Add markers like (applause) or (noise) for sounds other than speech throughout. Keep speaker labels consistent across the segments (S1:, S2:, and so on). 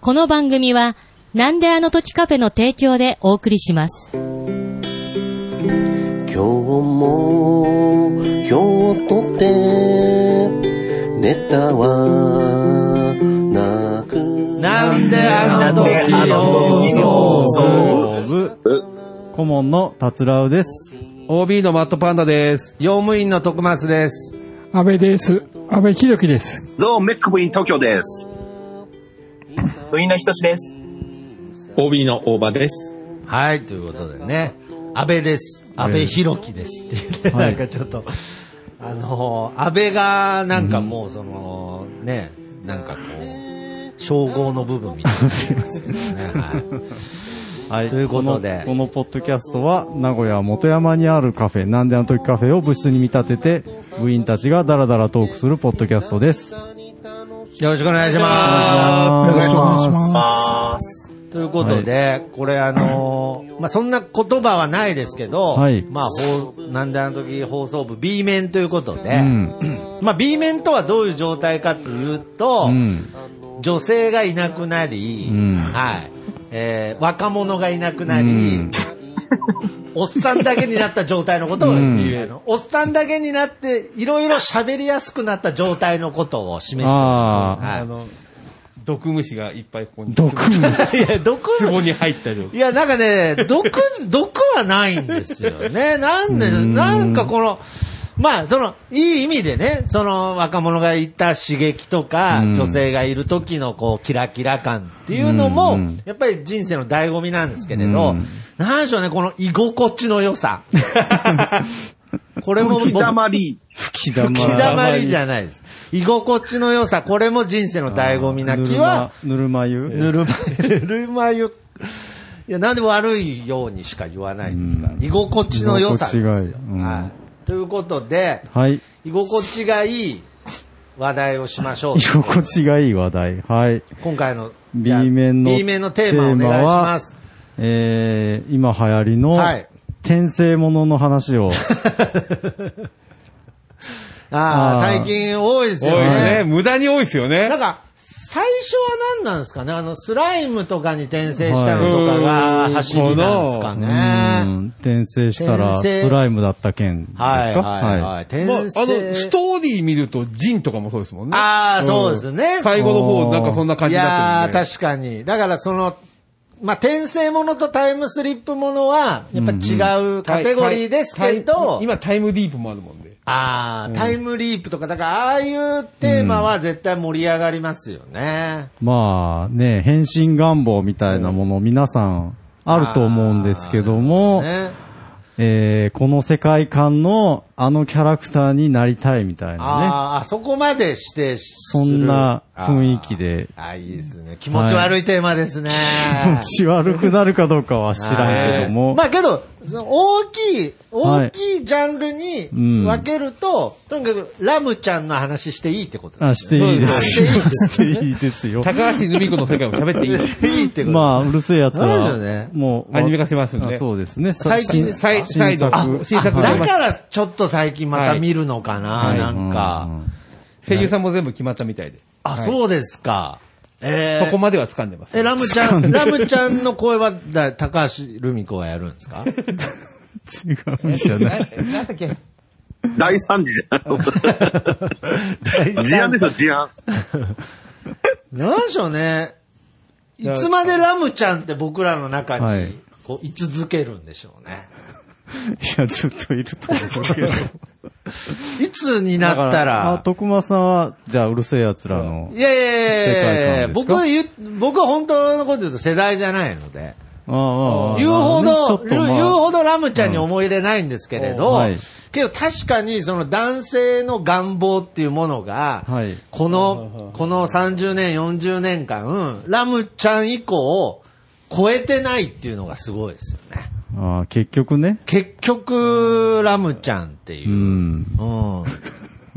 S1: この番組は、なんであの時カフェの提供でお送りします。
S2: 今日も今日とってネタはなく
S3: なんであの時放送部顧問の達郎です。
S4: OB のマットパンダです。用務員の徳松です。
S5: 安倍です。安倍博樹です。
S6: どうも、メック部員東京です。
S7: 部員のひとしです。
S8: OB の大場です。
S3: はい、ということでね、安倍です。安倍博樹ですって言って、なんかちょっと、あのー、安倍がなんかもうその、ね、なんかこう、称号の部分みたいになってますけどね。はいはい
S6: ということで
S3: この、このポッドキャストは、名古屋元山にあるカフェ、なんであの時カフェを部室に見立てて、部員たちがダラダラトークするポッドキャストです。
S4: よろしくお願いしま
S5: よろしくお願いします。
S7: まーす。
S4: す。ということで、これあのー、まあ、そんな言葉はないですけど、
S3: はい
S4: まあ、ほうなんであの時放送部 B 面ということで、
S3: うん。
S4: まあ、B 面とはどういう状態かというと、
S3: うん。
S4: 女性がいなくなり、
S3: うん
S4: はい。えー、若者がいなくなり、
S3: うん
S4: おっさんだけになった状態のことを言う、
S3: うん
S4: あのおっさんだけになって、いろいろ喋りやすくなった状態のことを示して
S3: あ
S4: ます。はい
S8: の、毒虫がいっぱいここに。
S3: 毒虫。
S4: いや、毒、
S8: 壺に入った状
S4: いや、なんかね、毒、毒はないんですよね。なんで、
S3: うん
S4: なんかこの、まあ、その、いい意味でね、その、若者がいた刺激とか、
S3: うん
S4: 女性がいる時の、こう、キラキラ感っていうのも、
S3: うん
S4: やっぱり人生の醍醐味なんですけれど、
S3: うん
S4: なんでしょうね、この居心地の
S3: (laughs)
S4: 良さ。これも僕
S6: 吹き溜まり。
S3: 吹き
S4: 吹き溜まりじゃないです。居心地の良さ、これも人生の醍醐味な気は、
S3: ぬるま湯。
S4: ぬるま湯、ぬるま湯。いや、なんで悪いようにしか言わないですから、
S3: うん
S4: 居心地の良さですよ。
S3: 居心地がいいうん
S4: はい。ということで、
S3: はい。
S4: 居心地がいい話題をしましょう
S3: 居。心地がいい話題。はい。
S4: 今回の
S3: B 面の
S4: B 面のテーマをお願いします。
S3: えー、今流行りの
S4: はい、
S3: 転生ものの話
S4: (laughs)
S3: を。
S4: ああ、
S3: あー
S4: 最近多いです
S8: 多い
S4: よ
S8: ね。
S4: ね。
S8: 無駄に多いですよね
S4: なん。か、最初は何なんですかねあの、スライムとかに転生したのとかが
S8: はい
S4: 走りなんですかね
S3: う。ん転生したら
S4: 転
S3: ス
S4: 生
S3: ライムだった件ですか
S4: はいはいはい。転
S8: まあ、あの、
S4: 生。
S8: ストーリー見ると、ジンとかもそうですもんね。
S4: ああ、
S8: ん
S4: そうですね。
S8: 最後の方、なんかそんな感じになって
S4: いや
S8: る
S4: ー
S8: んで。
S4: 確かに。だからその、まあ、転生ものとタイムスリップものは、やっぱ違うカテゴリーですけ
S8: タイ
S4: ど、
S8: タイ今、タイムリープもあるもんで。
S4: ああ、タイムリープとか、だからああいうテーマは絶対盛り上がりますよね。
S3: まあね、変身願望みたいなもの皆さんあると思うんですけども、
S4: ね、
S3: えーこの世界観のあのキャラクターになりたいみたいなね。
S4: あーあ、そこまで指定する
S3: そんな雰囲気で
S4: あーあー、いいですね。気持ち悪いテーマですね。
S3: 気持ち悪くなるかどうかは知らんけども。
S4: まあけど、その大きい、大きいジャンルに分けると、とにかくラムちゃんの話していいってこと
S3: あ、していいですよ。 (laughs) し
S4: そ
S3: て
S4: うです
S3: いいですよ。
S8: 高橋留美子の世界も喋っていい
S4: いいってこと
S3: まあ、うるせえやつ
S4: そうですよ
S3: は
S4: ね、
S3: もう、
S8: アニメ化してますんで
S3: あそうですね。
S8: 最近
S3: 新
S8: 最
S3: 新
S8: 再度あ
S3: 作。
S8: 新作
S4: だからちょっと最近また見るのかな、
S3: はい
S4: なんか。
S3: うん
S8: 声優さんも全部決まったみたいで。
S4: あ、そうですか。えー
S8: そこまでは掴んでます。
S4: え、ラムちゃん、ラムちゃんの声は、だ高橋留美子がやるんですか
S3: 違うんじゃない。
S4: (laughs)
S8: なんだっけ
S6: 大惨事じゃん。事案ですよ、事案。
S4: なんでしょうね。いつまでラムちゃんって僕らの中に、
S3: はい
S4: こう、居続けるんでしょうね。
S3: いや、ずっといると思うけど。
S4: いつになった
S3: あ、
S4: ら、
S3: 徳間さんは、じゃあ、うるせえ奴らの
S4: い。やいやいやいやいや
S3: 世界観です
S4: 僕
S3: か
S4: は言う、僕は本当のこと言うと世代じゃないので。
S3: ああああ
S4: 言う
S3: ちょ
S4: ほど、
S3: っと
S4: 言う
S3: まあ
S4: 言うほどラムちゃんに思い入れないんですけれ
S3: うん
S4: ど
S3: はい、
S4: けど確かにその男性の願望っていうものが
S3: はい、
S4: この、この30年、40年間、ラムちゃん以降、超えてないっていうのがすごいですよね。
S3: ああ結局ね。
S4: 結局、ラムちゃんっていうう。
S3: (laughs) ん。
S4: うん。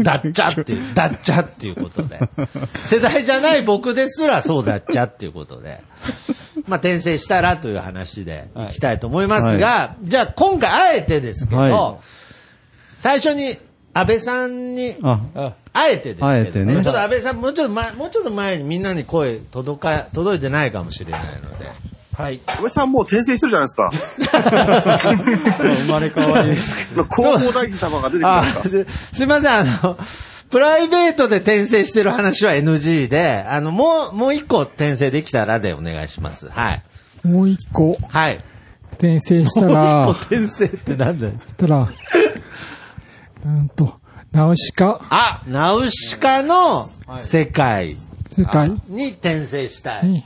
S4: だっちゃっていう、だっちゃっていうことで。世代じゃない僕ですらそうだっちゃっていうことで。まあ、転生したらという話でいきたいと思いますが、じゃあ今回あえてですけど、
S3: は
S4: 最初に安倍さんに、
S3: あ、
S4: あえてですけど、
S3: あえてね
S4: ちょっと安倍さん、もうちょっと前、もうちょっと前にみんなに声届か、届いてないかもしれないので。はい。
S2: 安倍さんもう転生してるじゃないです
S4: (laughs)
S2: か。
S3: 生まれ変わりですか。
S2: 皇后大臣様が出てきま
S4: あ
S2: した。
S4: すすいません、あの、プライベートで転生してる話は NG で、あの、もう、もう一個転生できたらでお願いします。はい。
S5: もう一個
S4: はい。
S5: 転生した
S4: もう
S5: ら
S4: 一個、転生ってなんだよ。
S5: したら、うんと、ナウシカ
S4: あ、ナウシカの世界
S5: 世界
S4: に転生したい。
S5: に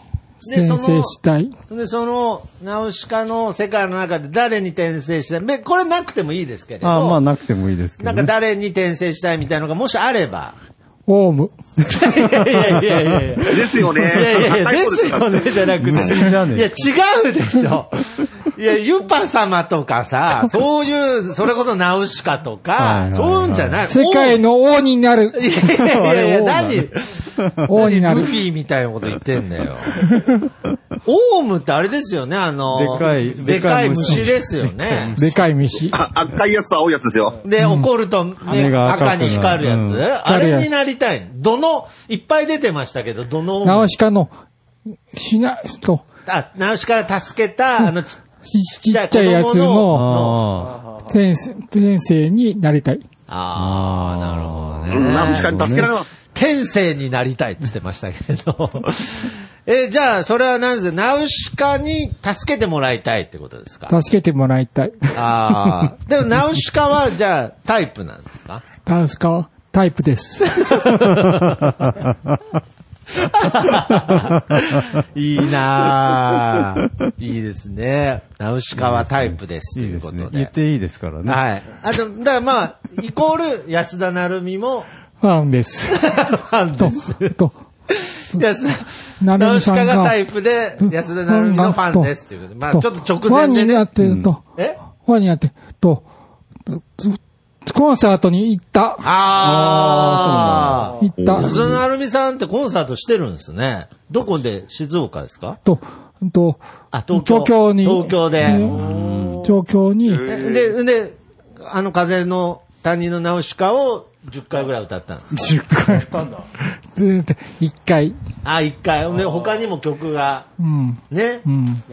S5: 転生したい。
S4: で、その、ナウシカの世界の中で誰に転生したいでこれなくてもいいですけれど。
S3: あ、まあなくてもいいですけ
S4: な
S3: ど、
S4: んか
S3: ね。
S4: 誰に転生したいみたいなのがもしあれば。
S5: オウム。
S4: いやいやいやいやいや。
S2: ですよね。
S4: いやい (laughs) やいや、
S2: 高い
S4: で
S2: 声
S4: すよねじゃなくて。
S3: 虫
S4: い
S3: じ
S4: や、
S3: ゃねえ
S4: 違うでしょ。いや、ユパ様とか
S3: (laughs)
S4: さ、そういう、それこそナウシカと
S3: はいはいは
S4: か、
S3: い
S4: そういうんじゃない。
S5: 世界の王になる
S3: (laughs)
S4: お。いやいやいや、何
S5: 王にな
S4: ル
S5: る
S4: フ。ィみたいなこと言ってんだ
S3: (laughs)
S4: よ。オウムってあれですよね、あ
S3: で
S4: の、
S3: かい
S4: でかい虫ですよね。
S5: でかい虫。
S2: あ赤いやつと青いやつですよ。
S4: で、怒ると、ね、
S3: 目が赤くな
S4: 赤
S3: る
S4: に光るやつ、
S3: うん
S4: あれになりたい。どの、いっぱい出てましたけど、どの、
S5: ナウシカの、ひな、と、
S4: あ、ナウシカが助けた、あの、ち
S5: ちちっちゃいやつの
S3: あ
S5: 転生転生になりたい。
S4: ああ、なるほどね。
S2: ナムシカに助けられなかっ
S4: 天性になりたいって言ってましたけど。 (laughs) えーじゃあ、それは何ですナウシカに助けてもらいたいってことですか
S5: 助けてもらいたい。
S4: ああ。でも、ナウシカは、じゃあ、タイプなんです
S5: (laughs)
S4: か
S5: ナウシカはタイプです。
S3: (laughs)
S4: いいなあいいですね。ナウシカはタイプです、
S3: あ、
S4: と
S3: いい
S4: い
S3: で
S4: う
S3: す
S4: こ
S3: ね
S4: と。で。
S3: 言っていいですからね。
S4: はい。あと、だからまあ、イコール、安田成美
S5: (laughs)
S4: も、
S5: ファンです。
S4: ファン
S5: と
S4: です。、
S5: と、
S4: 安田、
S5: 成
S4: ナウ
S5: 美
S4: シ
S5: さん
S4: カ
S5: が
S4: がタイプで、安田成美のファンですっていうことで。まあ、ちょっと直前で
S5: ファンにな
S4: ね
S5: っ。てると、
S4: え
S5: ファンになって、と、コンサートに行った、
S4: ああ
S5: 行った、
S4: 安田成美さんってコンサートしてるんですね。どこで静岡ですか
S5: と、と、
S4: あ、東京。
S5: 東京に
S4: 東京で。
S5: うん東京に、
S4: えで、で、あの風の谷のナウシカを10回ぐらい歌ったんですか
S5: 10回、ずーっと1回、
S4: あ、1回。で、他にも曲が、
S5: うん、
S4: ね
S5: う、ん。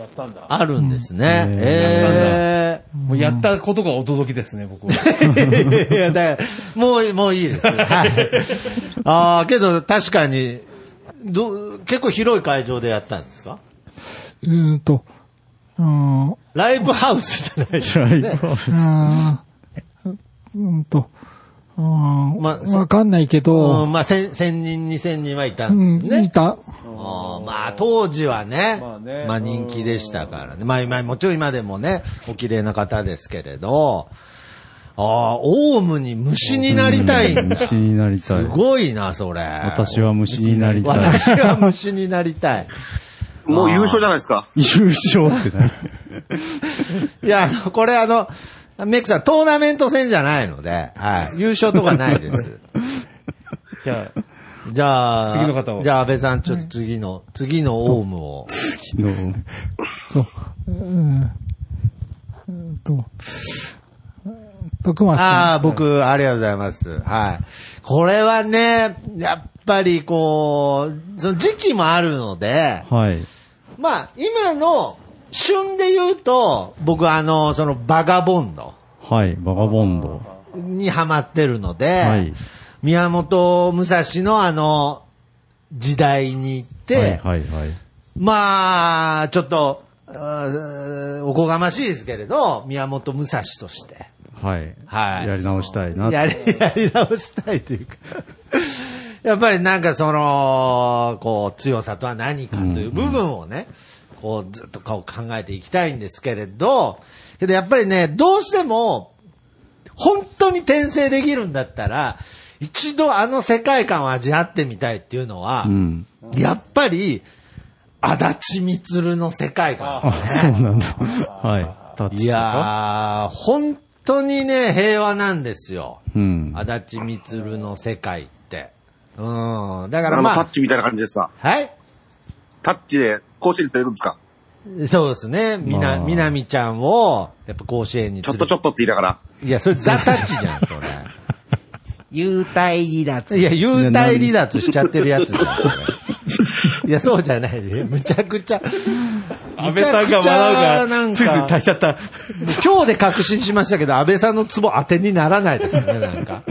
S4: あるんですね。
S3: うん
S4: ええ
S8: もうやったことが驚きですね、僕は。
S4: いや、だから、もう、もういいです。はい。ああ、けど確かに、ど、結構広い会場でやったんですか
S5: うーんと、うーん、う
S4: ライブハウスじゃないです
S3: ライブ
S4: ね。
S3: ハウス
S5: ーんうんと、うーん、
S4: まあ
S5: わかんないけ
S4: うん、
S5: ど、
S4: まあ、千、千人、二千人はいた
S5: うん
S4: です
S5: ん、い
S4: ね。
S5: た、
S4: あーまあ、当時はね、ま
S8: ま
S4: あ
S8: あね
S4: 人気でしたからね。まあ、今、もちろん今でもね、お綺麗な方ですけれど、ああ、オウムに虫になりたいんだ。
S3: (laughs) 虫になりたい。
S4: すごいな、それ。
S3: 私は虫になりたい。
S4: 私は虫になりたい。
S2: た。もう優勝じゃないですか。
S3: 優勝ってない。
S4: いや、あの、これあの、メイクさん、トーナメント戦じゃないので、はい。優勝とかない
S8: (laughs)
S4: です。
S8: じゃあ、
S4: じゃあ、
S8: 次の方を
S4: じゃあ、安倍さん、ちょっと次の、次のオウムを。
S3: 昨日。
S5: と、うん、うーんと、徳松さん。
S4: ああ、僕、ありがとうございます。はい。これはね、やっぱりこう、その時期もあるので、
S3: はい。
S4: まあ、今の旬で言うと、僕あの、そのバガボンド
S3: はい。バガボンド。
S4: にハマってるので、
S3: はい
S4: 宮本武蔵のあの、時代に行っ
S3: は
S4: て、
S3: いはいはい。
S4: まあ、ちょっと、うーおこがましいですけれど、宮本武蔵として、
S3: はい。
S4: はい
S3: やり直したいな。
S4: やり、 (laughs) やり直したいというか、 (laughs) やっぱりなんかその、こう、強さとは何かという部分をね、こう、ずっとこう考えていきたいんですけれど、けどやっぱりね、どうしても、本当に転生できるんだったら、一度あの世界観を味わってみたいっていうのは、
S3: うん。
S4: やっぱり、足立みつるの世界観ですね
S3: あ、そうなんだ。はい。タッチとか。
S4: いやー、本当にね、平和なんですよ。
S3: うん。
S4: 足立みつるの世界って。うん。だか
S2: あ
S4: ら
S2: の、
S4: ま
S2: タ
S4: あ
S2: ッ、チみたいな感じですか。
S4: はい
S2: タッチで甲子園に連れてくんですか。
S4: そうですね。みな、
S3: まあ
S4: みなみちゃんを、やっぱ甲子園に
S2: ちょっとちょ
S4: っ
S2: っとって言いながら。
S8: (laughs)
S4: と。いや、それザタッチじゃん、それ。幽体離脱。いや、幽体離脱しちゃってるやつじゃん。それいや、そうじゃないで。むちゃくちゃ。
S8: 安倍さんが笑うから、ついつい足しちゃった。
S4: (laughs) 今日で確信しましたけど、安倍さんのツボ当てにならないですね、なんか。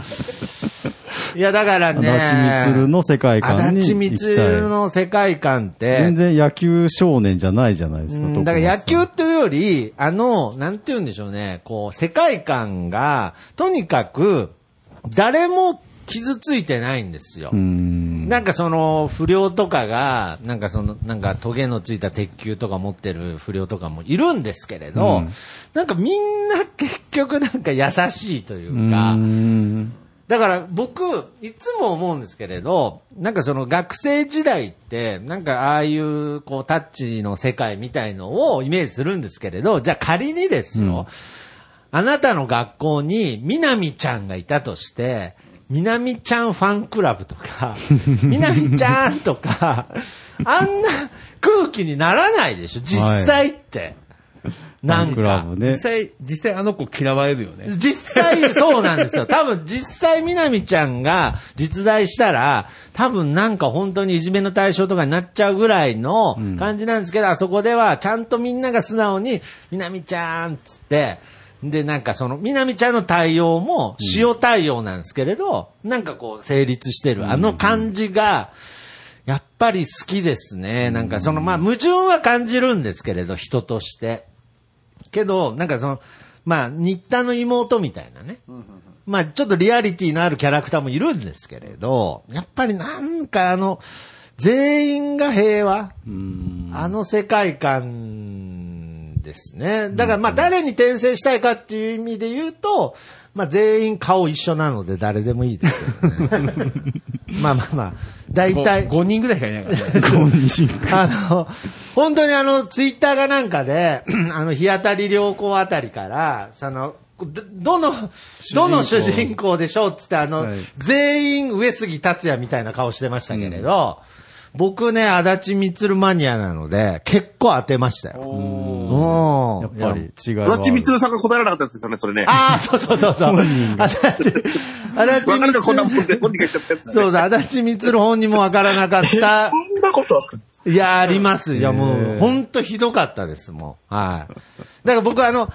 S4: いや、だからね。
S3: 足立みつるの世界観に
S4: 足立み
S3: 行
S4: つ
S3: きたい
S4: る。の世界観って。
S3: 全然野球少年じゃないじゃないですか。
S4: うん
S3: 徳
S4: だ
S3: 松さ
S4: から
S3: ん
S4: 野球っていうより、あの、なんて言うんでしょうね、こう、世界観が、とにかく、誰も傷ついてないんですよ。
S3: うん。
S4: なんかその、不良とかが、なんかその、なんかトゲのついた鉄球とか持ってる不良とかもいるんですけれど、
S3: うん
S4: なんかみんな結局なんか優しいといううか、 (laughs)
S3: ん
S4: だから僕、いつも思うんですけれど、なんかその学生時代って、なんかああいうこうタッチの世界みたいのをイメージするんですけれど、じゃあ仮にですよ、あなたの学校にみなみちゃんがいたとして、みなみちゃんファンクラブ
S3: (laughs)
S4: とか、みなみちゃんとか、あんな空気にならないでしょ、実際って。なん
S3: ファンクラ
S4: か
S3: ブ。
S8: 実
S3: ね。
S8: 際、実際あの子嫌われるよね。
S4: 実際、そうなんですよ。多分、実際、みなみちゃんが実在したら、多分なんか本当にいじめの対象とかになっちゃうぐらいの感じなんですけど、あそこでは、ちゃんとみんなが素直に、みなみちゃんっつって、で、なんかその、みなみちゃんの対応も、塩対応なんですけれど、なんかこう、成立してる。あの感じが、やっぱり好きですね。なんかその、まあ、矛盾は感じるんですけれど、人として。けど、なんかその、まあ、新田の妹みたいなね。まあ、ちょっとリアリティのあるキャラクターもいるんですけれど、やっぱりなんかあの、全員が平和。
S3: うん
S4: あの世界観ですね。だからまあ誰に転生したいかっていう意味で言うと、まあ全員顔一緒なので誰でもいいですけ
S3: (laughs)
S4: どね。まあまあまあ、大体。
S8: 5人ぐらいしかいないからね。
S4: (laughs) あの、本当にあの、ツイッターがなんかで、 (clears throat) あの、日当たり良好あたりから、その、どどの、どの主人公でしょうっつって、あの、
S3: はい
S4: 全員上杉達也みたいな顔してましたけれど、僕ね、足立光マニアなので、結構当てましたよ。うん
S3: やっぱり違いはある。
S2: 足立みつるさんが答えられなかったんですよね、それね。
S4: ああ、そうそうそ
S3: (laughs)
S4: うそう。足立、足立
S2: わかるか、こんなも
S4: 光。
S2: んで、本人が言っちゃったやつ。
S4: そうそう、足立光本人もわからなか
S9: (laughs)
S4: った。
S9: んなこと
S4: いや、あります。いや、
S3: へ
S4: も
S3: え
S4: う、ほんとひどかったです、もう。はい。だから僕、あの、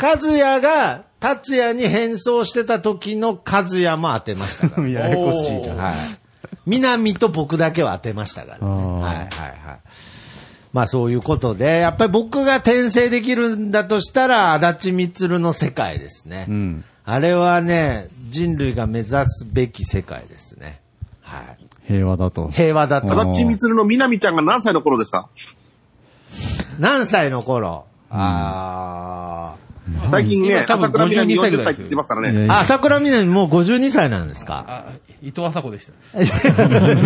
S4: 和也が、達也に変装してた時の和也も当てましたから。
S3: (laughs) ややこしいな
S4: はい。南と僕だけは当てましたから、ね。
S3: あー
S4: はいはいはい。まあそういうことで、やっぱり僕が転生できるんだとしたら、足立みつるの世界ですね。
S3: うん
S4: あれはね、人類が目指すべき世界ですね。はい。
S3: 平和だと。
S4: 平和だと。
S3: うん
S2: 足立みつるのみなみちゃんが何歳の頃ですか
S4: 何歳の頃あ
S2: 最近ね、
S8: 多分
S2: 朝倉みなみ
S8: 52歳ぐ
S2: 40
S8: らいで
S2: 歳っ
S8: す
S2: て
S8: よ
S2: 言ってますから
S3: い
S2: ね。
S3: やい
S4: ー
S3: や
S4: あ。朝倉みなみもう52歳なんですか
S8: あ、伊藤麻子でし
S4: (laughs)
S8: た。
S4: い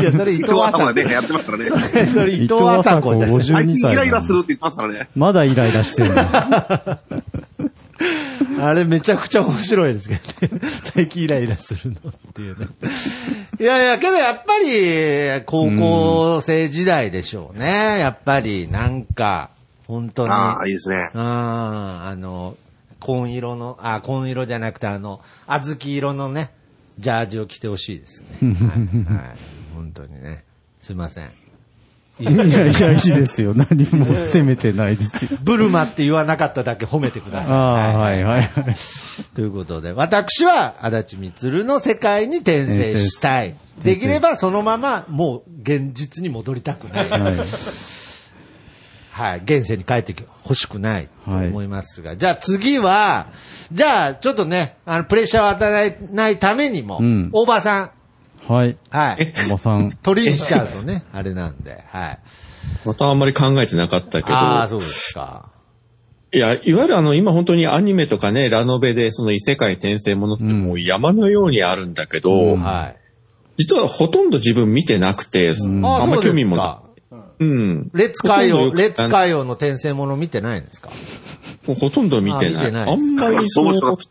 S4: や、それ伊
S2: 伊
S4: 藤
S2: 藤
S4: 麻
S2: 朝子
S4: 子。
S2: でね、やってますからね。
S4: (laughs) それ伊藤麻子じゃない。
S2: あい
S3: 52
S2: つイラ
S3: 歳
S2: イ
S3: な
S2: ラ
S3: の
S2: するって言ってますからね。
S3: まだイライラ
S10: (laughs)
S3: してるの。
S4: あれめちゃくちゃ面白いですけどね。最近イライラするのっていうね。いやいや、けどやっぱり、高校生時代でしょうね。やっぱり、なんか、本当に。
S2: ああ、いいですね。
S4: あーあの、紺色の、あ、紺色じゃなくて、あの、小豆色のね、ジャージを着てほしいですね。はい。はい、本当にね。すいません。
S3: いやいや、いいですよ。何も責めてないですよ。
S4: ブルマって言わなかっただけ褒めてください。
S3: ああ、はいはいはい。
S4: ということで、私は足立みつるの世界に転生したい。できればそのまま、もう現実に戻りたく
S10: (laughs)
S4: ない。
S3: はい
S4: はい、現世に帰ってほしくないと思いますが、じゃあ次は、じゃあちょっとね、あの、プレッシャーを与えないためにも、
S3: うん
S4: 大場さん、
S3: はい。
S4: はい、
S3: おばさん。
S4: 取りにしちゃうとね、 (laughs) あれなんで、はい。
S10: またあんまり考えてなかったけ
S4: ああ、そ
S10: ど、
S4: うですか。
S10: いや、いわゆるあの、今本当にアニメとかね、ラノベでその異世界転生ものってもう山のようにあるんだけど、
S4: はい。
S10: 実はほとんど自分見てなくて、
S4: ああ、
S10: あん
S4: そ
S10: ま
S4: う
S10: 興
S4: で
S10: 味
S4: す
S10: も
S4: か
S10: な。い。うん。
S4: レッツ海
S10: ほと
S4: 王、
S10: んど
S4: レ
S10: よ
S4: ッ
S10: く
S4: ツ海王の転生もの見てないんですか
S10: もうほとんど見て
S4: あ見
S10: な
S4: て
S10: い。
S4: ない
S10: あんまりそ
S2: 面白
S10: の
S2: か、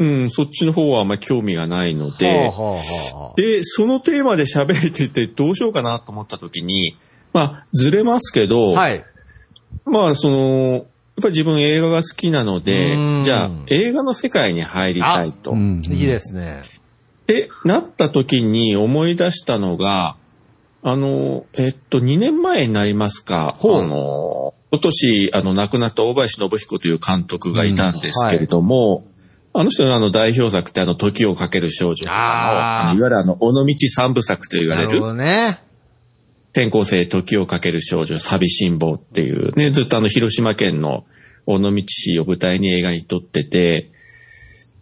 S10: うん、そっちの方はあんまり興味がないの
S4: ほうほう
S10: で、
S4: ほうほう
S10: で、そのテーマで喋っててどうしようかなと思った時に、まあ、ずれますけど、
S4: はい。
S10: まあ、その、やっぱり自分映画が好きなの
S4: うーん
S10: で、じゃあ映画の世界に入りたいと。
S3: うん
S4: いいですね。
S10: ってなった時に思い出したのが、あの、えっと、2年前になりますか、あの、今年、あの、亡くなった大林信彦という監督がいたんですけれども、あの人のあの代表作ってあの、時をかける少女とかの
S4: あー
S10: あのいわゆるあの、尾道三部作と言わ
S4: な
S10: れ
S4: る
S10: る
S4: ほ、どね。
S10: 転校生時をかける少女、寂しんぼっていうね、ずっとあの広島県の尾道市を舞台に映画に撮ってて、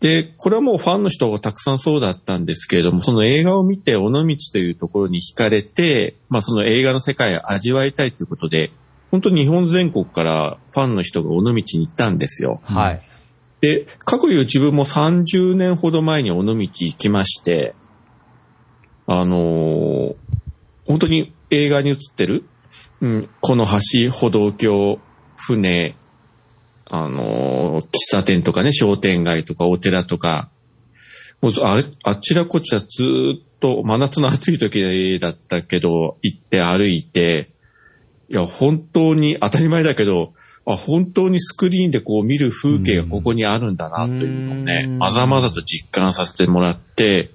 S10: で、これはもうファンの人がたくさんそうだったんですけれども、その映画を見て尾道というところに惹かれて、まあその映画の世界を味わいたいということで、本当に日本全国からファンの人が尾道に行ったんですよ。
S4: はい。
S10: で、かくいう自分も30年ほど前に尾道行きまして、あのー本当に映画に映ってる、うん、この橋、歩道橋、船、あのー喫茶店とかね、商店街とかお寺とか、もうずあれ、あちらこちらずーっと真夏の暑い時だったけど、行って歩いて、いや、本当に当たり前だけど、あ、本当にスクリーンでこう見る風景がここにあるんだなというのをね、まざまざと実感させてもらって、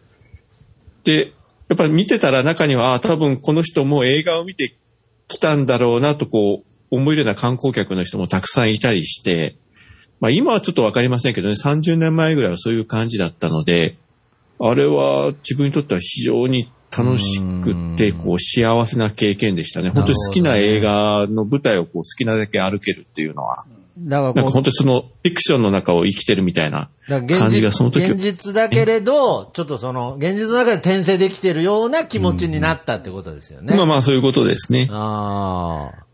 S10: で、やっぱり見てたら中には、あ多分この人も映画を見てきたんだろうなとこう思い入れな観光客の人もたくさんいたりして、まあ今はちょっとわかりませんけどね、30年前ぐらいはそういう感じだったので、あれは自分にとっては非常に楽しくて、こう幸せな経験でしたね。本当に好きな映画の舞台をこう好きなだけ歩けるっていうのは、
S4: だか
S10: な
S4: ら
S10: んか
S4: こう
S10: 本当にそのフィクションの中を生きてるみたいな
S4: だから現実
S10: 感じがその時は
S4: 現実だけれど、ちょっとその、現実の中で転生できてるような気持ちになったってことですよね。
S10: まあまあそういうことですね。
S4: ああ。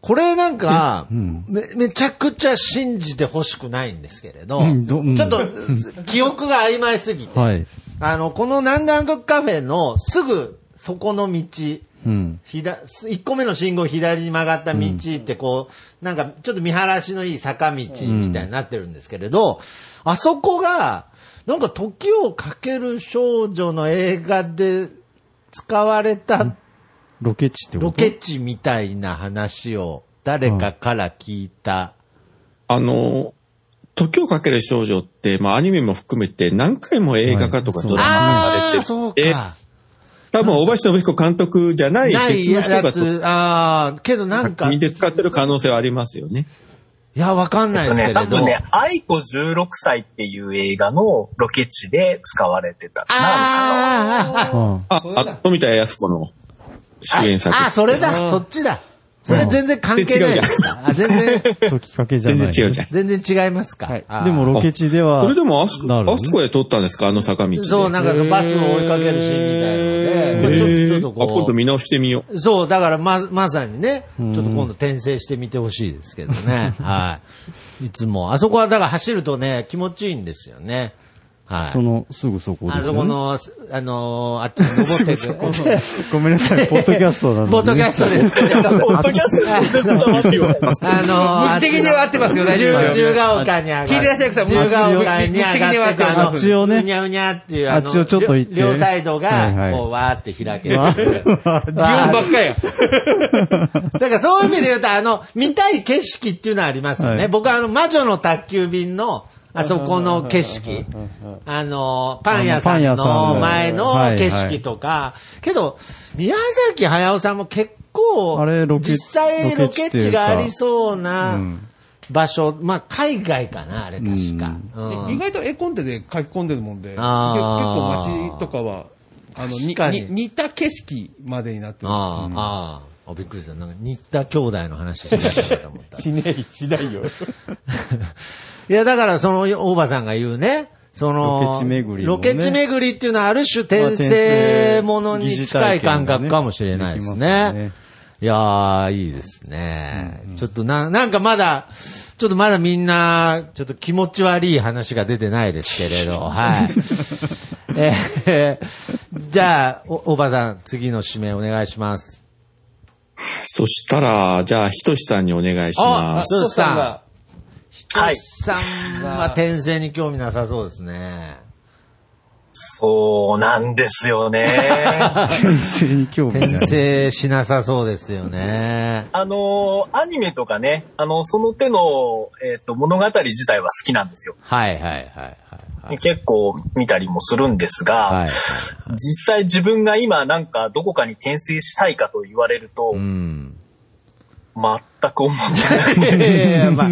S4: これなんか、め、めちゃくちゃ信じてほしくないんですけれど、
S3: うんどうん
S4: ちょっと、記憶が曖昧すぎて、
S3: はい。
S4: あの、このなんであの時カフェのすぐそこの道、
S3: うん。
S4: 左、1個目の信号を左に曲がった道ってこう、なんかちょっと見晴らしのいい坂道みたいになってるんですけれど、あそこが、なんか時をかける少女の映画で使われた
S3: ロケ地ってこと
S4: ロケ地みたいな話を誰かから聞いた。
S10: あの、時をかける少女って、まあアニメも含めて何回も映画化とかドラマ
S4: あ
S10: 化
S4: あ、
S10: さ
S4: そう
S10: れてて、
S4: か。
S10: 多分大橋信彦監督じゃない
S4: ない
S10: 別の
S4: や
S10: 人が
S4: つ、ああ、けどなん
S10: 作
S4: か、
S10: 品
S4: い
S10: で使ってる可能性はありますよね。
S4: や、わかんないですけれど。
S11: 多分ね、愛子16歳っていう映画のロケ地で使われてた。
S4: あーあー、あー
S3: あ
S10: あ、あ富田靖子の主演作。
S4: ああ、それだ、そっちだ。それ全然関係ないですか。あ全然、 (laughs)
S3: あ、時かけじゃ
S10: 全
S3: な
S10: 然
S3: い。
S10: 違うじゃん。
S4: 全然違いますか。
S3: はい
S4: あ。ー
S3: でも、ロケ地では。
S10: それでもあそ
S3: なる
S10: こ、あそこで撮ったんですかあの坂道で。
S4: そう、なんかそのバスを追いかけるシーンみたいなので、まあ
S10: へー
S4: ちょっと
S10: あ、今
S4: こ
S10: 度見直してみよ
S4: う、そう、だからま、まさにね、ちょっと今度転生してみてほしいですけどね。はい。いつも、あそこはだから走るとね、気持ちいいんですよね。はい。
S3: その、すぐそこです、ね。
S4: あそこの、あのー、あっちに登っていく。
S3: ごめんなさい、ポッドキャストなので。
S4: ポッド
S3: (laughs)
S4: キャストですけれども。ポッドキャストあのー、
S8: 目的には合ってますよ大丈夫です
S4: 十十ヶ丘に上が
S8: 聞いてらっしゃる方も
S4: 十ヶ丘に上がってく
S3: 目
S4: あの
S3: 的には合ってます
S4: うにゃうにゃっていう、あの
S3: あっちをちょっと行って
S4: 両両サイド
S3: はいは
S4: が、
S3: い
S4: こう、わーって開け
S3: わ
S4: (laughs)
S3: わ
S4: てくる。
S3: (laughs)
S8: 擬音ばっかや。
S4: (laughs) だからそういう意味で言うと、あの、見たい景色っていうのはありますよね。
S3: はい
S4: 僕はあの、魔女の宅急便の、あそこの景色。あの、パン屋
S3: あのパ
S4: さん
S3: ン屋さん
S4: の
S3: の
S4: 前の
S3: はいはい
S4: 景色とか。けど、宮崎駿さんも結構、
S3: あれロケ
S4: 実際ロ
S3: ロケ地っ
S4: ケ
S3: てい
S4: 地
S3: うか
S4: がありそうな
S3: うん
S4: 場所。まあ、海外かな、あれ確か。うん
S8: 意外と絵コンテで書き込んでるもんで、結
S4: あー
S8: 構街とかは、あの、
S4: 確
S8: に
S4: かに
S8: に似た景色までになってる。
S4: ああ、あああ、びっくりした。なんか、新田兄弟の話してたかと思った。
S8: しない、しないよ。
S4: いや、だから、その、大場さんが言うね、その、
S3: ロケ地巡りもね
S4: ロケ地巡りっていうのは、ある種転生ものに近い感覚かもしれないですね。いやー、いいですね。ちょっとな、なんかまだ、ちょっとまだみんな、ちょっと気持ち悪い話が出てないですけれ
S3: (laughs)
S4: ど、はい。えーじゃあ、お、おばさん、次の指名お願いします。
S10: う。そしたら、じゃあ、ひとしさんにお願いします。
S4: そうさんが。
S11: はい
S4: さんは転生に興味なさそうですね。
S11: そうなんです
S4: (laughs)
S11: よね。
S3: 転生に興味ない。
S4: 転生しなさそうですよね。
S11: あのー、アニメとかね、あの、その手の、えっ、と、物語自体は好きなんですよ。
S4: はいはいはいはい。
S11: 結構見たりもするんですが、
S4: はい。
S11: 実際自分が今なんかどこかに転生したいかと言われると、
S4: うん。
S11: 全く思ってない。
S4: いやい (laughs) やいや、ま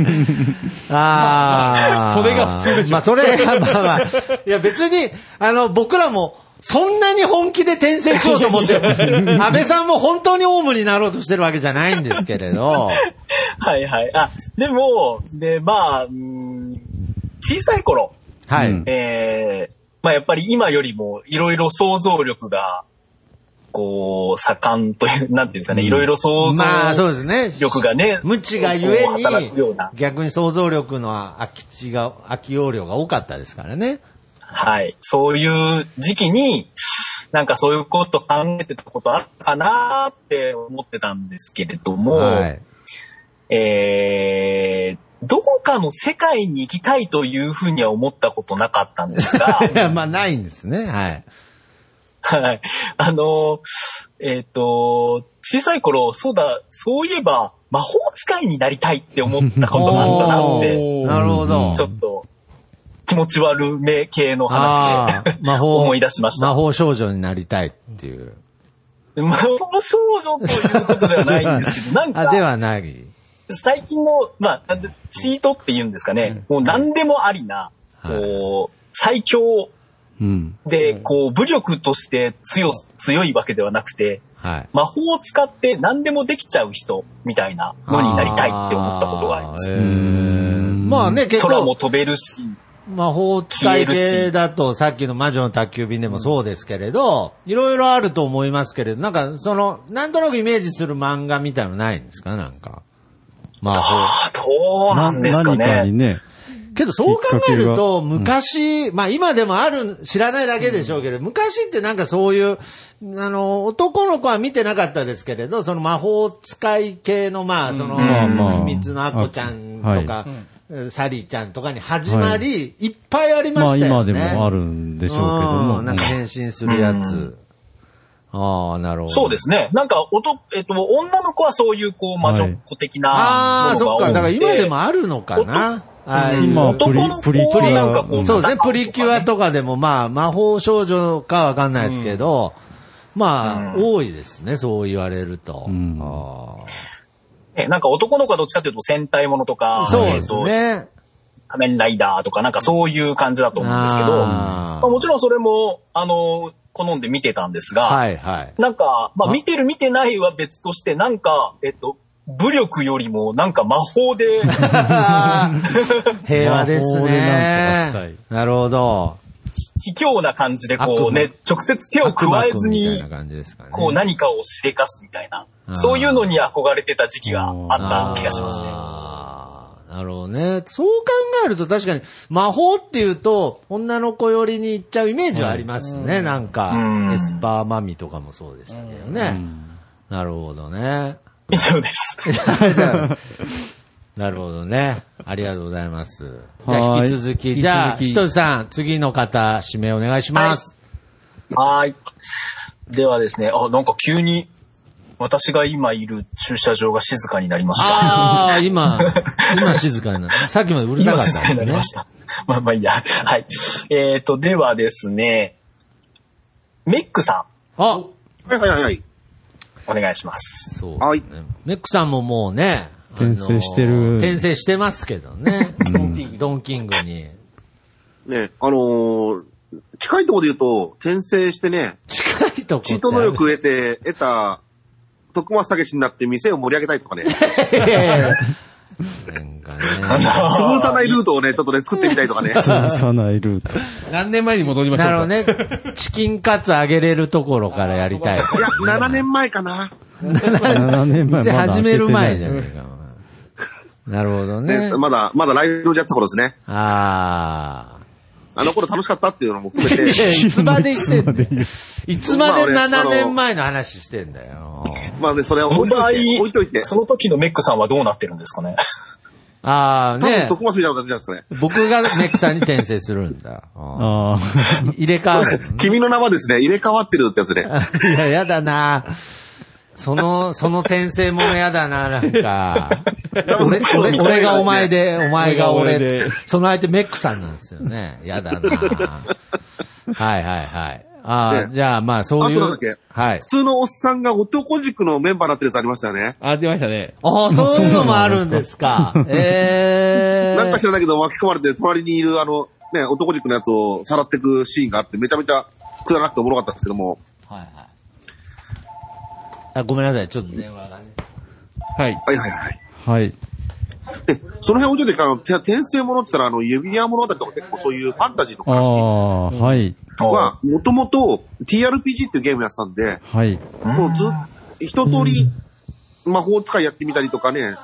S4: あ、あー
S8: それが普通でしょ
S4: まあ、それは、まあまあ、いや別に、あの、僕らも、そんなに本気で転生しようと思ってる。安倍さんも本当にオウムになろうとしてるわけじゃないんですけれど。
S11: はいはい。あ、でも、で、まあ、うん小さい頃、
S4: はい。
S3: うん
S11: えーまあやっぱり今よりもいろいろ想像力が、こう、盛んという、なんていうんですかね、いろいろ想
S4: まあ、そう
S11: 像
S4: ですね。
S11: 力がね、
S4: 無知がゆえ
S11: こう働くような
S4: に、逆に想像力の空き地が、空き容量が多かったですからね。
S11: はい。そういう時期に、なんかそういうこと考えてたことあったかなって思ってたんですけれども、
S4: はい。
S11: えー、どこかの世界に行きたいというふうには思ったことなかったんです
S4: (laughs)
S11: が、
S4: いやまあ、ないんですね。はい。
S11: はい。あのー、えっ、と、小さい頃、そうだ、そういえば、魔法使いになりたいって思ったことがあったなって、
S4: おーなるほど。
S11: ちょっと、気持ち悪め系の話
S4: あー魔
S11: で
S4: 法
S11: (laughs) 思い出しました
S4: 魔。法少女になりたいっていう。
S11: 魔法少女ということではないんです
S4: (laughs)
S11: けど、なん
S4: あ、で
S11: か、
S4: はない。
S11: 最近の、まあなんで、チートって言うんですかね、もう何でもありな、こう、最強
S3: うん。
S11: で、こう、武力として強す、強いわけではなくて、
S4: はい。
S11: 魔法を使って何でもできちゃう人みたいなのになりたいって思ったことがありまし
S4: あーへーまあね、
S11: た。
S4: 結
S11: 空も
S4: 構、
S11: 飛べるし、
S4: 魔法使い
S11: 消え
S4: 系
S11: る
S4: だと、さっきの魔女の宅急便でもそうですけれど、いろいろあると思いますけれど、なんか、その、なんとなくイメージする漫画みたいなのないんですかなんか。魔法。
S11: あどうなんですか
S3: 何かに
S11: ね。
S3: ね。
S4: けど、そう考え
S3: きっ
S4: る
S3: かけが
S4: と、昔、まあ今でもある、知らないだけでしょうけど、昔ってなんかそういう、あの、男の子は見てなかったですけれど、その魔法使い系の、まあ、その、
S3: まあまあ
S4: 秘密のアッコちゃんと
S3: はい
S4: か、サリーちゃんとかに始まり、い、っぱいありま
S3: まあ
S4: したよ
S3: 今
S4: ね。
S3: でもあ
S4: る
S3: るんでしょうけども。
S4: なんか変身するやつ。
S11: うん
S4: ああ、なるほど。
S11: そうですね。なんか、おと、えっと、女の子はそういう、こう、魔女っ子的
S4: あ
S11: な
S4: あ、
S11: もの
S4: そ
S11: が
S4: っ
S11: 多くて。
S4: か。だから今でもあるのかな。ああいう
S3: 今
S11: 男の
S3: プリ
S11: 子
S3: プ
S11: は
S3: リ
S11: なんかこう、
S4: そうですね、
S11: 戦うとか
S4: プリキュアとかでも、まあ、魔法少女かわかんないですけど、まあ、
S11: うん
S4: 多いですね、そう言われると。
S3: うん
S4: あ
S11: ねなんか男の子はどっちかというと戦隊ものと
S4: ー
S11: か、
S4: そうです
S11: えっ
S4: ね。
S11: と仮面ライダーとか、なんかそういう感じだと思うんですけど、
S4: あー
S11: まあもちろんそれも、あの、好んで見てたんですが、
S4: はいはい。 (laughs)
S11: なんか、まあ、
S4: あ
S11: 見てる見てないは別として、なんか、えっと、武力よりも、なんか魔法
S4: (laughs)
S11: で、
S4: 平和です
S3: 魔法でなんとかしたい
S4: (laughs) ね。なるほど。
S11: 卑怯な感じで、こ
S4: 悪
S11: う
S4: 魔
S11: ね、直接手を加えず
S4: 悪魔君みたいな
S11: に、
S4: 感じですかね。
S11: こう何かをしでかすみたいな
S4: あー、
S11: そういうのに憧れてた時期があった気がしますね。
S4: あーなるほどね。そう考えると確かに魔法っていうと女の子寄りに行っちゃうイメージはありますね。なん
S11: うん
S4: か、エスパーマミとかもそうでしたけどね。なるほど
S11: (laughs)
S4: ね。
S11: 以上です。
S4: なるほどね。ありがとうございます。じゃあ
S3: は
S4: 引
S3: い
S4: き続き、じゃ
S3: 引
S4: あ、
S3: き続き
S4: ひとりさん、次の方、指名お願いします。
S11: はーい。ではですね、あ、なんか急に、私が今いる駐車場が静かになりました。
S4: ああ、今、今静かになった。さっきまでうるさか
S11: 今
S4: っ
S11: 静か
S4: たん
S11: になり
S4: で
S11: (laughs) ますし
S4: ね。
S11: た。まあまあいいや。はい。えっ、ー、と、ではですね、メックさ
S4: あ、
S2: はいはいはいはい。
S11: ん、お願いします。
S4: そう、ね。
S2: はい
S4: メックさんももうね、
S3: 転生してる
S4: あのー転生してますけどね。ドンキング。ドンキングに。
S2: ね、あのー近いところで言うと、転生してね、
S4: 近いとこ
S2: (laughs) チート能力を得て、得た、徳松武になって店を盛り上げたいとか
S8: (laughs)
S2: ね、
S4: いやいや
S3: (laughs)
S4: いやなんかね。
S2: 潰さないルートをね、ちょっとね、作ってみたいとか
S8: (laughs)
S2: ね。
S3: 潰さないルート。
S8: 何年前に戻りましょう
S4: なるほ
S8: か
S4: どね。チキンカツあげれるところからやりたい。
S2: いや、7年前かな。
S3: 7年前
S4: 店
S3: まだ開けてない
S4: 始める前じゃねえか。なるほど
S2: ね
S4: ね。
S2: まだ、まだライブやってた頃ですね。
S4: ああ。
S2: あの頃楽しかったっていうのも含
S3: (laughs)
S8: (laughs)
S2: めて、
S4: いつまで言ってんだよいつまで
S2: まあ俺あ
S4: 7
S2: の
S4: 年前の話してんだよ。
S2: まあね、それを
S11: その
S2: 置い
S11: 場
S2: と
S11: 合
S2: いて、置いといて、
S11: その時のメックさんはどうなってるんですかね。
S4: ああ、
S2: 多分
S4: ね。
S2: 徳松みたいなことやってたんですかね。
S4: 僕がメックさんに転生するんだ。あ
S3: (laughs) あ
S4: あ入れ替わるのね。 (laughs)
S2: 君の名はですね、入れ替わってるってやつで。
S4: いや、やだなその、その転生ものやだな、なんか。俺、俺、俺がお前で、お前が俺
S8: 俺が俺で
S4: その相手メックさんなんですよね。やだな。はいはいはい。ああ、
S2: ね
S4: じゃあまあそうい
S2: あとなんだ
S4: う
S2: っけ。
S4: はい
S2: 普。通のおっさんが男塾のメンバーになってるやつありましたよね。
S8: あ、出ましたね。
S4: ああ、そういうのもあるんです
S2: (laughs)
S4: か。ええ
S2: なんか知らないけど巻き込まれて隣にいるあの、ね、男塾のやつをさらっていくシーンがあって、めちゃめちゃくだらなくておもろかったんですけども、
S4: はいはい。あ、ごめんなさい、ちょっと電話がね。
S8: はい。
S2: はいはいはい。
S3: はい。
S2: で、その辺置いといて、あの、て転生ものって言ったら、あの、指輪物語とか結構そういうファンタジーと
S3: あ
S2: か
S3: あ、はい。
S2: は、もともと TRPG っていうゲームやってたんで、
S3: はい。
S2: もうずっ、一通り魔法使いやってみたりとかね、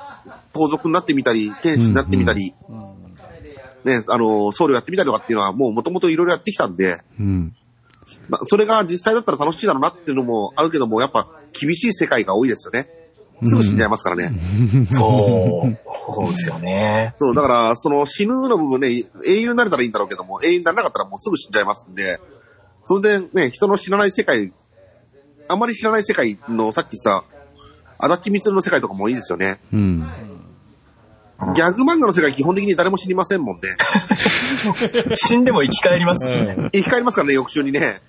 S2: 盗賊になってみたり、天使になってみたり、ね、あの、僧侶やってみたりとかっていうのは、もうもともといろいろやってきたんで、
S3: うん。
S2: まそれが実際だったら楽しいだろうなっていうのもあるけども、やっぱ厳しい世界が多いですよね。すぐ死んじゃいますからね。
S11: (laughs) そう。そうですよね。
S2: そう、だから、その死ぬの部分ね、英雄になれたらいいんだろうけども、英雄にならなかったらもうすぐ死んじゃいますんで、それでね、人の知らない世界、あまり知らない世界の、さっきさ、足立みつるの世界とかもいいですよね。
S3: うん。
S2: ギャグ漫画の世界基本的に誰も死にませんもんね。
S11: 死んでも生き返りますしね。
S2: 生き返りますからね、翌週にね。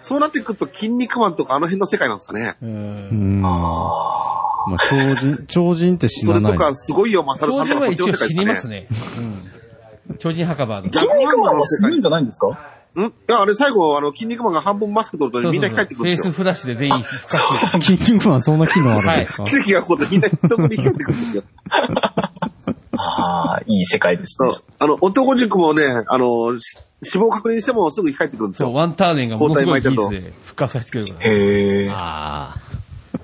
S2: そうなってくると、筋肉マンとかあの辺の世界なんですかね。
S3: うん。まあ、超
S2: (laughs)
S3: 人、超人って死
S2: それ
S3: な
S2: と
S3: ない。
S2: か、すごいよ、マサルさ
S8: 超
S2: んと
S8: 人
S2: か
S8: は
S2: そっち
S8: 一
S2: の
S8: 応
S2: 世界
S8: 死に
S2: で
S8: ますす
S2: かね。
S8: ね。うん。超人墓場の。
S2: 筋
S11: 筋肉マンは死ぬんじゃないんですか
S2: んいや、あれ最後、あの、筋肉マンが半分マスク取る
S8: そ
S2: と
S8: うそうそう
S2: みんな光ってく
S8: フ
S2: る
S8: ェ
S2: ん
S8: イ
S2: です
S8: ス
S2: よ。
S8: フラッシュで全員復活
S3: キンキングマンそんな機能あるんですか、
S2: 奇跡が起こってみんな人も光ってくるんですよ。
S11: ああ、いい世界です
S2: そ
S11: ね
S2: う。。あの、男塾もね、あの、し死亡確認してもすぐ光ってくるんです
S8: そう、
S2: よ。
S8: ワンターネンがものすごい技術で復活させてくれるから。
S11: へえ。
S4: ああ。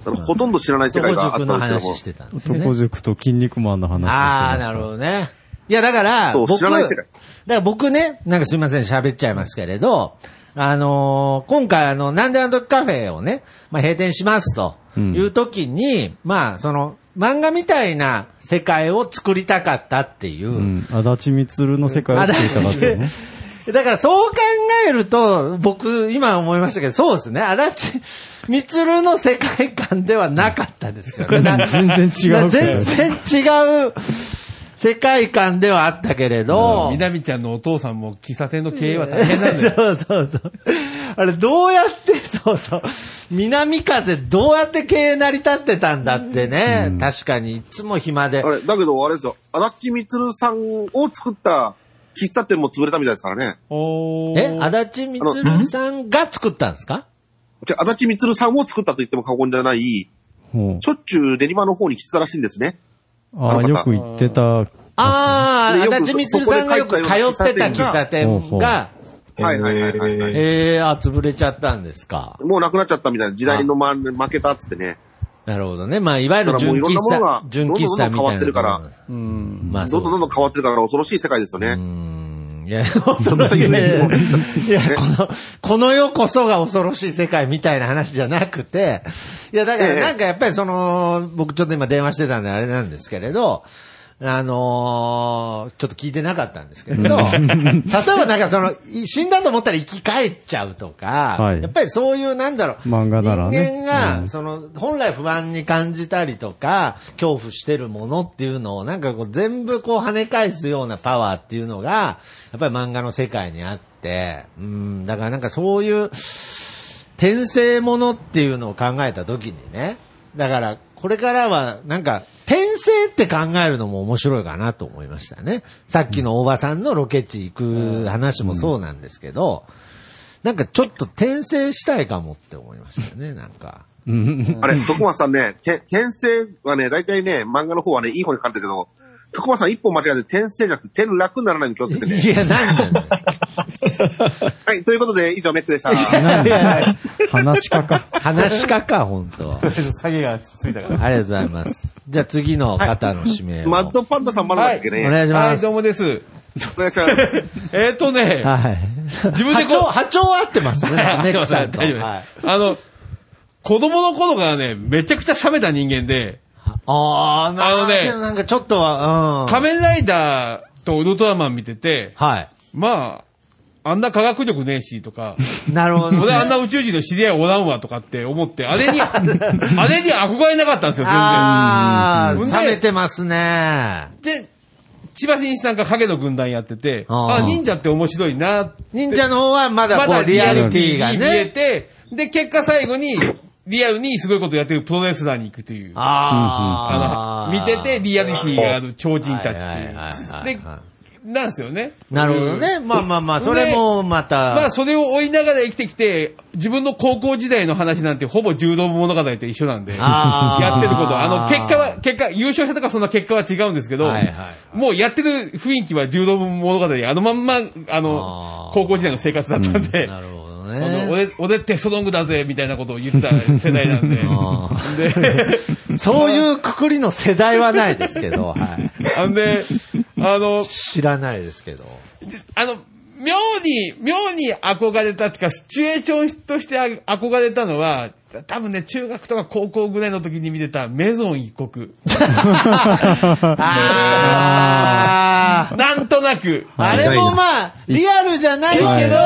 S2: あのほとんど知らない世界があった
S4: 男塾
S2: ん
S4: の
S2: ですけども
S4: 話し。てたんですね。
S3: 男塾と筋肉マンの話をしてました。
S4: ああ、なるほどね。いや、だから、
S2: そう
S4: 僕、
S2: 知らない世界
S4: だから僕ね、なんかすいません、喋っちゃいますけれど、あのー今回あの、なんであの時カフェをね、まあ閉店しますと
S3: うん
S4: いう時に、まあ、その、漫画みたいな世界を作りたかったっていう、
S3: うん。足立みつるの世界を作りたかったよね。
S4: だからそう考えると、僕、今思いましたけど、そうですね、足立みつるの世界観ではなかったですよね。な
S3: 全然違うけど
S4: な全然違う世界観ではあったけれど、
S8: みなみちゃんのお父さんも喫茶店の経営は大変なんだ
S4: (laughs) そう
S8: よ。
S4: そうそう。あれ、どうやって、 (laughs) そうそう。南風、どうやって経営成り立ってたんだってね。確かに、いつも暇で
S2: あ。れ、だけど、あれですよ。足立みつるさんを作った喫茶店も潰れたみたいですからね。
S8: お
S4: え、
S8: ー
S4: 足立みつるさんが作ったんですか
S2: じゃあ、足立みつるさんを作ったと言っても過言じゃない、
S3: ほう
S2: しょっちゅう練馬の方に来てたらしいんですね。
S3: ああ、よく言ってた。
S4: あ
S2: でよ
S4: あ、
S2: く
S4: 足立みつるさんがよく通ってた喫茶
S3: ほう
S4: 店
S3: ほう
S4: が、
S2: はいはいはいはいはい。
S4: ええー、あ、潰れちゃったんですか。
S2: もうなくなっちゃったみたいな、時代の、ま、負けたっつってね。
S4: なるほどね。まあ、いわゆる
S2: だから
S4: 純
S2: もういろん
S4: 喫
S2: なものが
S4: 茶、純喫茶みたい
S2: ど
S4: な。
S2: んどんどんどん変わってるから。
S4: うん。まあ、そ
S2: ど
S4: うん
S2: どんどんどん変わってるから恐ろしい世界ですよね。
S4: いや、恐ろしい。いや、いやこの、この世こそが恐ろしい世界みたいな話じゃなくて、いや、だから
S2: ええ
S4: なんかやっぱりその、僕ちょっと今電話してたんであれなんですけれど、あのーちょっと聞いてなかったんですけれど、例えばなんかその、い (laughs) 死んだと思ったら生き返っちゃうとか、
S3: はい
S4: やっぱりそういうなんだろう、
S3: 漫画ならね
S4: 人間が、
S3: うん
S4: その、本来不安に感じたりとか、恐怖してるものっていうのを、なんかこう、全部こう跳ね返すようなパワーっていうのが、やっぱり漫画の世界にあって、うん、だからなんかそういう、転生ものっていうのを考えた時にね、だから、これからは、なんか、転生って考えるのも面白いかなと思いましたね。さっきのおばさんのロケ地行く話もそうなんですけど、なんかちょっと転生したいかもって思いましたね、なんか。
S3: うん。
S2: あれ、徳松さんね、て転生はね、大体ね、漫画の方はね、いい方に書かれてるけど、徳松さん一本間違えて転生じゃなくて転落にならないように気をつけてね。
S4: いや、なんなんだよ
S2: はい、ということで、以上メックでした。
S3: 話しかか。
S4: 話し家か、本当。
S8: 下げがついたか
S4: ありがとうございます。じゃあ次の方の指名を。
S2: マッドパンダさんまだだっけ
S4: お
S2: ね。
S4: 願いし
S8: は
S4: ま
S8: い、
S4: す。
S8: どう
S4: は
S8: もです。
S2: お願いします。
S8: えっとね、
S4: い。
S8: 自分
S4: 波
S8: で
S4: 長、
S8: こう、
S4: 波長は合ってますね。メックさんと。
S8: 大丈夫
S4: はい
S8: です。あの、子供の頃からね、めちゃくちゃ冷めた人間で、
S4: ああ、な
S8: あのね
S4: でもなんかちょっとは、うん。
S8: 仮面ライダーとウルトラマン見てて、
S4: はい。
S8: まあ、あんな科学力ねえし、とか、
S4: なるほど、
S8: 俺あん
S4: ね。
S8: な宇宙人の知り合いおらんわ、とかって思って、あれに、あれに憧れなかったんですよ、全然。
S4: あ
S8: うん
S4: あ、冷めてますね。
S8: で、千葉真一さんが影の軍団やってて、
S4: あー
S8: あ、忍者って面白いな、
S4: 忍者の方はまだ
S8: ま
S4: こ
S8: だ
S4: うリアリティが
S8: リアリティに見え
S4: ね。
S8: て、で、結果最後に、リアルにすごいことやってるプロレスラーに行くという。
S4: あ
S8: あ
S4: あ。
S8: の、見ててリアリティがある超人たち
S4: はい
S8: って
S4: はいはいはい
S8: いう。で、なんですよね。
S4: なるほどね。まあまあまあ、それもまた。
S8: まあ、それを追いながら生きてきて、自分の高校時代の話なんてほぼ柔道物語と一緒なんで、
S4: あー
S8: やってること、あの、結果は、結果、優勝したとかそんな結果は違うんですけど、
S4: はいはいは
S8: もうやってる雰囲気は柔道物語で、あのまんま、あの
S4: あー、
S8: 高校時代の生活だったんで、
S4: なるほど
S8: あの
S4: ね。
S8: 俺、俺ってソロングだぜ、みたいなことを言った世代なんで、
S4: (laughs) あ
S8: で、
S4: そういうくくりの世代はないですけど、はい。
S8: あんで、あの、
S4: 知らないですけど。
S8: あの、妙に、妙に憧れたっていうか、シチュエーションとしてあ憧れたのは、多分ね、中学とか高校ぐらいの時に見てたメゾン一
S4: (laughs)
S8: 国。
S4: ああ。
S8: なんとなく。
S4: あれもまあ、リアルじゃないけど、
S3: はい
S4: ま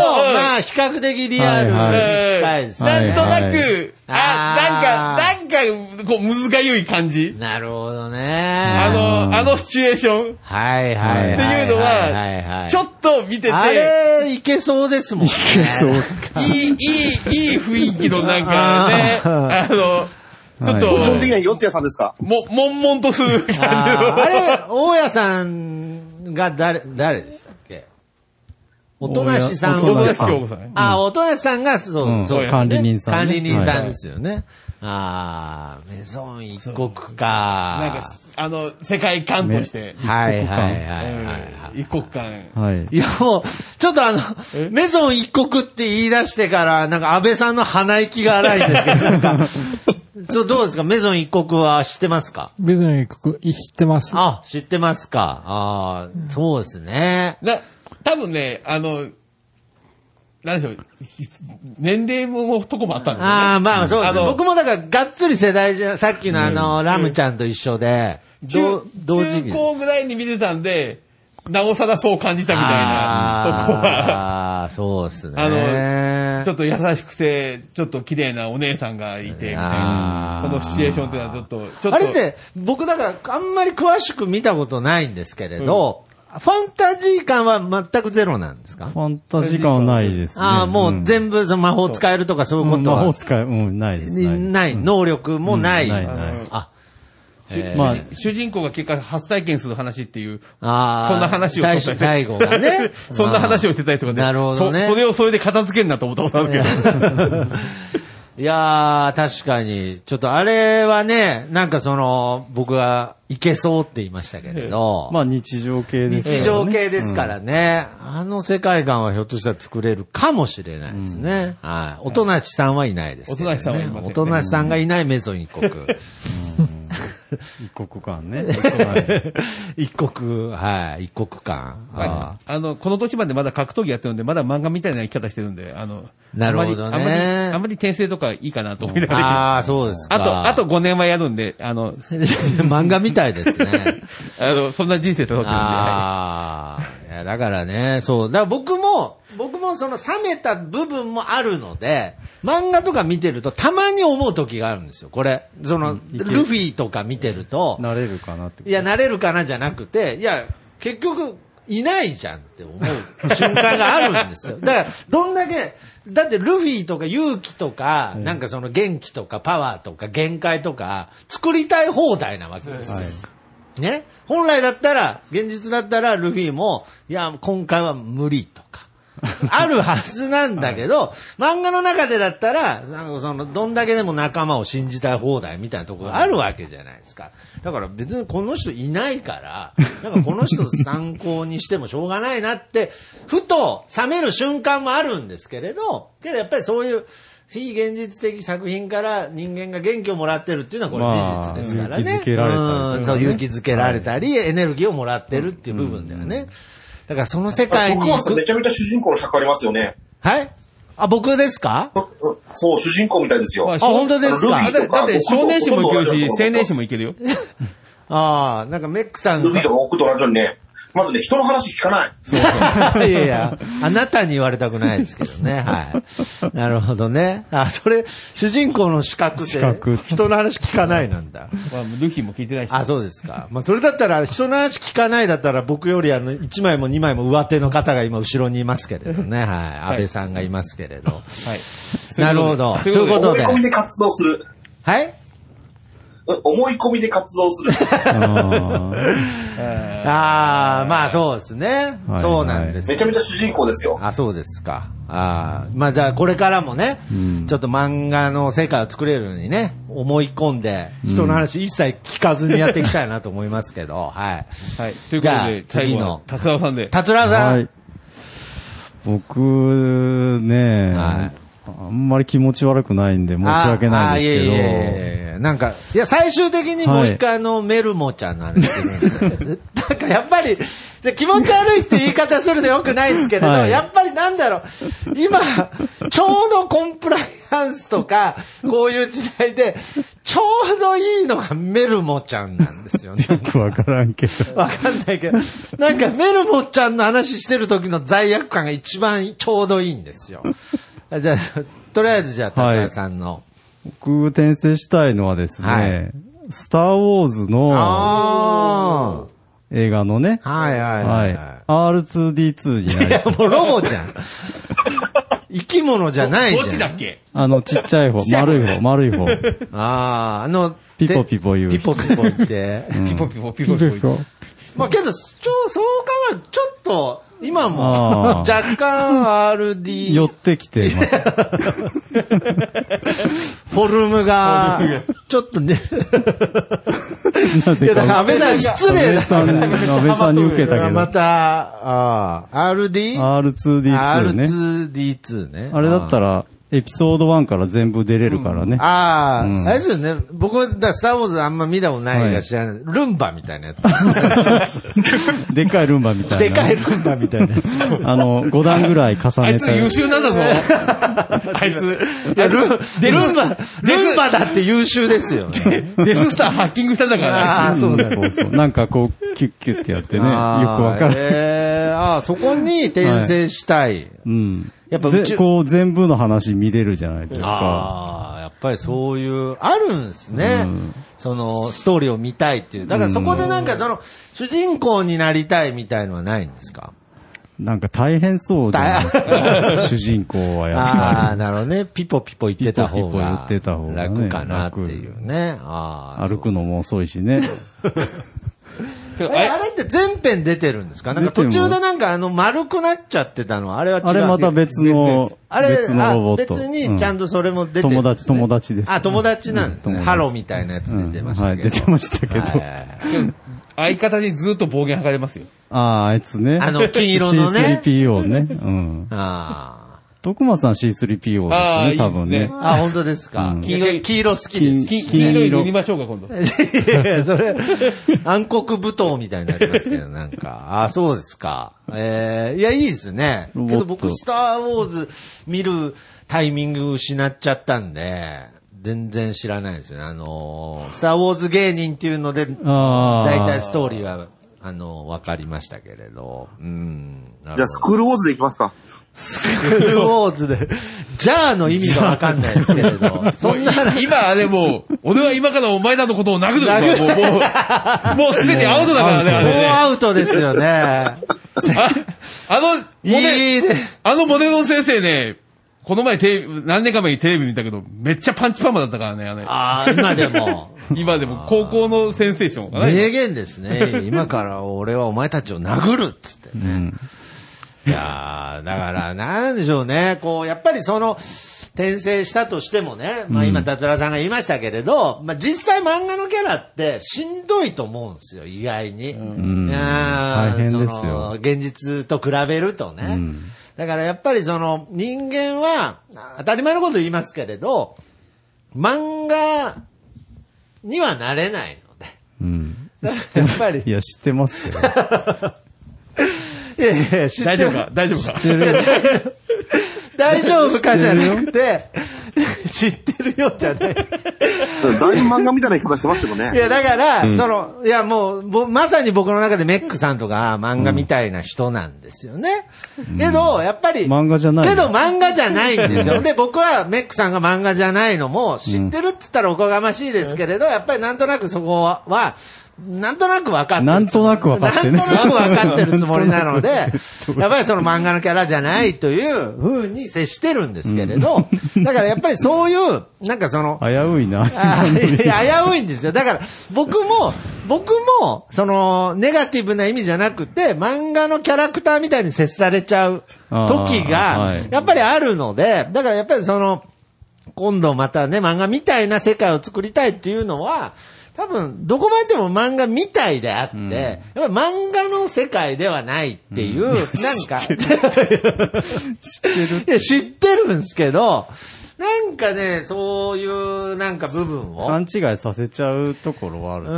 S4: あ、比較的リアルに
S3: はい
S4: 近いですね。
S8: なんとな
S3: はい
S8: く、あ、
S4: あ
S8: なんか、なんか、こう、むずがゆい感じ。
S4: なるほどね。
S8: あの、あのシチュエーション。
S4: はいはい。
S8: っていうの
S4: い
S8: は、ちょ
S4: と、
S8: っと見て
S4: あ
S8: て、
S4: れ、いけそうですもんね。いけ
S3: そう。
S8: いい、いい、いい雰囲気のなんかね、あ
S4: あ
S8: の、ちょっと、
S2: 基本的には四谷さんですか
S8: も、悶々とする感じの。
S4: (laughs) あーあれ、
S8: (laughs)
S4: 大家さんが誰、誰でしたっけおとなしさん
S8: 大
S3: おと
S8: 橋
S3: なし
S8: 京子さん。
S4: あー、おとなしさんが、そう、
S3: うん
S4: そうですね
S3: 管理人さんね
S4: 管理人さんですよね。ああ、メゾン一国か。
S8: なんか、あの、世界観として。
S4: はいはいは
S8: う
S4: い
S8: ん
S4: はいはい。
S8: 異国感。
S3: はい。
S4: いや、もう、ちょっとあの、メゾン一国って言い出してから、なんか安倍さんの鼻息が荒いんですけど、な
S3: (laughs)
S4: んか、ちょっとどうですかメゾン一国は知ってますか
S5: 別に、ここ、知ってます。
S4: あ、知ってますかああ、そうですね。
S8: な、多分ね、あの、なんでしょう、年齢もとこもあったんですよね。
S4: ああ、まあそうですね。
S8: あの
S4: 僕もだから、がっつり世代じゃ、さっきのあの、ラムちゃんと一緒で、
S8: 中
S4: 同同時期。
S8: 中高ぐらいに見てたんで、なおさらそう感じたみたいなとこは、
S4: ああ、そうですね。
S8: あ
S4: あ
S8: ちょっと優しくて、ちょっと綺麗なお姉さんがいて、みたいな
S4: あ。ー
S8: このシチュエーションっていうのはちょっと、ちょっと。
S4: れって、僕だから、あんまり詳しく見たことないんですけれど、ファンタジー感は全くゼロなんですか、
S3: ファンタジー感はないですね。
S4: ああ、もう全部その魔法使えるとかそういう
S3: 部
S4: こと
S3: 魔
S4: は
S3: 法、使い、うん、ないです。
S4: にない、能力もない。
S3: うんない
S8: ない
S4: あ、
S8: 主
S4: え
S3: ーまあ
S8: 主人公が結果初体験する話っていう、
S4: ああ。
S8: そんな話を。
S4: 最初、最後がね
S8: (laughs) そんな話をしてたりとかで、
S4: あーなるほどね
S8: そそれをそれで片付けんなと思ったことあるけど。
S4: いやー、確かに。ちょっとあれはね、なんかその、僕がいけそうって言いましたけれど。
S3: まあ日常系ですからね
S4: 日常系ですからね、あの世界観はひょっとしたら作れるかもしれないですね。はい。おとなしさんはいないですけどね、
S8: 音無さんはいませんね
S4: おとなしさんがいないメゾン一国。
S8: (laughs)
S3: 一国間ね。
S4: 一国、はい、一国間。あ
S8: (laughs) あの、この年までまだ格闘技やってるんで、まだ漫画みたいな生き方してるんで、あの、
S4: なるほどね
S8: あんまり、あんまりあんまり転生とかいいかなと思いな
S4: ー
S8: がら。
S4: あー、そうですか。
S8: あと、あと、5年はやるんで、あの、
S4: (laughs) 漫画みたいですね。
S8: (laughs) あの、そんな人生たどってるんで。は
S4: ああ、いや、だからね、そう。だから僕も、僕もその冷めた部分もあるので、漫画とか見てるとたまに思う時があるんですよ。これ、その、
S3: いける
S4: ルフィとか見てると、
S3: 慣れるかなって。
S4: いや、、慣れるかなじゃなくて、いや、結局、いないじゃんって思う瞬間があるんですよ。だから、どんだけ、だってルフィとか勇気とか、なんかその元気とかパワーとか限界とか、作りたい放題なわけですよ。ね。本来だったら、現実だったらルフィも、いや、今回は無理とか。あるはずなんだけど、漫画の中でだったら、なんかその、どんだけでも仲間を信じたい放題みたいなところがあるわけじゃないですか。だから別にこの人いない
S3: (laughs)
S4: から、なんかこの人参考にしてもしょうがないなって、ふと冷める瞬間もあるんですけれど、けどやっぱりそういう、非現実的作品から人間が元気をもらってるっていうのはこれ事実ですからね。
S3: まあ勇気づけられたりとかね
S4: うんそう、勇気づけられたり、エネルギーをもらってるっていう部分だよね。だからその世界
S2: 徳
S4: に行
S2: 川さん
S4: く
S2: め。ちゃめちゃ主人公の尺ありますよね。
S4: はいあ、僕ですか
S2: うんうんそう、主人公みたいですよ。
S8: い
S4: あ本当ですか
S8: あだってだって少年誌もいけるし、青年誌もいけるよ。
S4: ああ、なんかメックさん
S2: ルビー
S4: が
S2: と、か奥と同じようにね、
S12: まずね、人の話聞かない。
S4: (laughs) いやいや、あなたに言われたくないですけどね。はい。なるほどね。あ、それ、主人公の資格で、人の話聞かないなんだ。
S8: まあ、ルフィも聞いてないし。
S4: あ、そうですか。まあ、それだったら、人の話聞かないだったら、僕よりあの、1枚も2枚も上手の方が今、後ろにいますけれどね。はい。安倍さんがいますけれど。
S8: はい。
S4: なるほど。そういうこ
S12: 思
S4: と
S12: い
S4: で。
S12: 込みで活動する。
S4: はい
S12: 思い込みで活動する。
S4: ああ、まあそうですね。
S3: はい
S4: そうなんです
S12: めちゃめちゃ主人公ですよ。
S4: あ、そうですか。ああ、まあ、じゃあこれからもね、
S3: ん
S4: ちょっと漫画の世界を作れるようにね、思い込んで、人の話一切聞かずにやっていきたいなと思いますけど、はい。
S8: はい。ということで、
S4: じゃあ
S8: 最
S4: 次
S8: 後は
S4: の、
S8: 達夫さんで。
S4: 達郎さん、
S3: はい。僕、ね、
S4: はい
S3: あんまり気持ち悪くないんで申し訳ないですけど、
S4: ああいえいえいえいえなんか、いや、最終的にもう一回あの、メルモちゃんの話するんですよ (laughs) なんかやっぱり、じゃあ気持ち悪いって言い方するのよくないですけれど、
S3: はい
S4: やっぱりなんだろう、今、ちょうどコンプライアンスとか、こういう時代で、ちょうどいいのがメルモちゃんなんで
S3: (laughs)
S4: すよね。
S3: よくわからんけど。
S4: わかんないけど、なんかメルモちゃんの話してる時の罪悪感が一番ちょうどいいんですよ。じゃあ、とりあえずじゃあ、達也さんの。
S3: 僕、転生したいのはですね、
S4: はい
S3: スター・ウォーズの
S4: あ
S3: 映画のね、
S4: あ。はいはいは
S3: はいい
S4: は。
S3: R2D2 じゃ
S4: い。い (laughs)
S3: ない。
S4: や、もうロボじゃん。生き物じゃないじゃん。
S8: どっちだっけ
S3: あの、ちっちゃい方、丸い方、丸い方。
S4: ああ、あの、
S3: ピポピポ言う
S4: ピポピポ言って。
S8: ピポピポピポピポ。
S4: まあけど、ちょ、そう考えると、ちょっと、今も、
S3: あー
S4: 若干 RD、
S3: 寄ってきてます。
S4: フォルムが、ちょっとね、
S3: なぜ
S4: いや、だから
S3: か。
S4: 安倍さん失礼
S3: 安
S4: だ。
S3: 倍さん安倍さんに受けたけど
S4: また、ああ、RD?
S3: R2D2 ね。
S4: R2D2 ね。
S3: あれだったら、エピソード1から全部出れるからね。
S4: ああ、
S3: うん
S4: あれですよね。僕、だからスターウォーズあんま見たことないから知らない。ルンバみたいなやつ。
S3: (laughs) でっかいルンバみたいな。
S4: でかいルンバみたいなやつ。
S3: あの、5段ぐらい重ねた。
S8: あいつ優秀なんだぞ。
S4: (laughs)
S8: あいつ。
S4: いや、ルン、ルン
S8: デス
S4: バ、
S8: デス
S4: ルンバだって優秀ですよね。
S8: (laughs) デススターハッキングしたんだから、
S4: あ
S8: あ
S4: あ、
S8: い
S4: そうだ
S3: そうそう。なんかこう、キュッキュッってやってね。よくわか
S4: る。
S3: る。
S4: えーああ、そこに転生したい。
S3: うん。
S4: やっぱ宇宙
S3: ぜこう、全部の話見れるじゃないですか。
S4: ああ、やっぱりそういう、あるんですね。その、ストーリーを見たいっていう。だからそこでなんかその、主人公になりたいみたいのはないんですか
S3: なんか大変そうじゃないですか。 (laughs) 主人公はやっぱ
S4: ああ、なるほどね。ピポピポ言ってた方
S3: ピポピポ言
S4: が
S3: ってた方がね
S4: 楽かなっていうね。ああ。
S3: り。歩くのも遅いしね。
S8: つ。
S4: えあれって全編出てるんですかなんか
S3: 出て
S4: 途
S3: も
S4: 中でなんかあの丸くなっちゃってたのあれは違う。
S3: あれまた別の、
S4: あれ、
S3: 別のロボッ
S4: あ
S3: ト。
S4: 別にちゃんとそれも出てるん
S3: 友
S4: です
S3: 達、
S4: ね、
S3: 友達です。
S4: あ、友達なんですね。
S3: うん友達
S4: ハローみたいなやつ出てました
S3: う
S4: けど。
S3: んはい、出てましたけど。
S4: はい
S8: 相方にずっと暴言吐かれますよ。
S3: ああ、あいつね。
S4: あの金色のね
S3: C3PO ね。うん。
S4: あ
S3: 徳松さん C3PO
S8: ああ
S3: ですね、多分
S8: いいで
S3: ね
S8: す
S4: ー。あ、本当ですか。
S3: うん
S4: 黄色い黄色好きで
S3: 金
S4: す。
S8: き黄色い塗りましょうか、今度。
S4: いやいや、それ、暗黒舞踏みたいになりますけど、なんか。あ、そうですか。えー、いや、いいですね。け
S3: ロボット
S4: ど僕、スターウォーズ見るタイミング失っちゃったんで、全然知らないですよね。あのースターウォーズ芸人っていうので、
S3: ああ。
S4: 大体ストーリーは、あのーわかりましたけれど。うん。なるほど
S12: じゃあ、スクールウォーズでいきますか。
S4: スクールウォーズで、じゃあの意味がわかんないですけれ (laughs) ど。そんな話
S8: 今、あれもう、俺は今からお前らのことを殴るとか、もう、もう、もうすでにアウトだからね、あれ
S4: もう
S8: ね。
S4: アウトですよね。
S8: ああの、
S4: い
S8: モデ
S4: いね。
S8: あのモデルの先生ね、この前テレビ、何年か前にテレビ見たけど、めっちゃパンチパーマだったからね、あれ。
S4: ああ、今で (laughs) も。
S8: 今でも高校のセンセーションかな。
S4: 名言です (laughs) ね。今から俺はお前たちを殴るっつってね。いやーだから、なんでしょうね。こう、やっぱりその、転生したとしてもね、まあ今、達郎さんが言いましたけれど、まあ実際漫画のキャラってしんどいと思うんですよ、意外に。うん
S3: 大変ですよ
S4: その現実と比べるとね。
S3: うん
S4: だからやっぱりその、人間は、あ当たり前のこと言いますけれど、漫画にはなれないので。
S3: うん。
S4: だからやっぱり。
S3: いや、知ってますけど。知
S4: いやいや、知って
S8: 大
S4: る (laughs)
S8: 丈夫か大丈夫か
S3: ってる
S4: (laughs) 大丈夫かじゃなくて、知ってるよじゃな
S2: だい
S4: い。
S2: ぶ漫画みたいな言い方してますけどね。
S4: いや、だから、その、いや、もう、ぼまさに僕の中でメックさんとか漫画みたいな人なんですよね。けど、やっぱり、
S3: 漫画じゃない。
S4: けど漫画じゃないんですよ。で、僕はメックさんが漫画じゃないのも知ってるって言ったらおこがましいですけれど、やっぱりなんとなくそこは、なんとなく分かってる。
S3: なんとなく分かってる
S4: なんとなく分かってるつもりな
S3: (laughs)
S4: ので、やっぱりその漫画のキャラじゃないという風に接してるんですけれど、だからやっぱりそういう、なんかその、
S3: 危ういな。
S4: あいや危ういんですよ。だから、僕も、僕も、その、ネガティブな意味じゃなくて、漫画のキャラクターみたいに接されちゃう時
S3: あーは
S4: が
S3: い、
S4: やっぱりあるので、だからやっぱりその、今度またね、漫画みたいな世界を作りたいっていうのは、多分、どこまでも漫画みたいであって、やっぱり漫画の世界ではないっていう、なんか、 (laughs) いや、知ってるんですけど、なんかね、そういう、なんか部分を。
S3: 勘違いさせちゃうところはある
S4: う。ーん、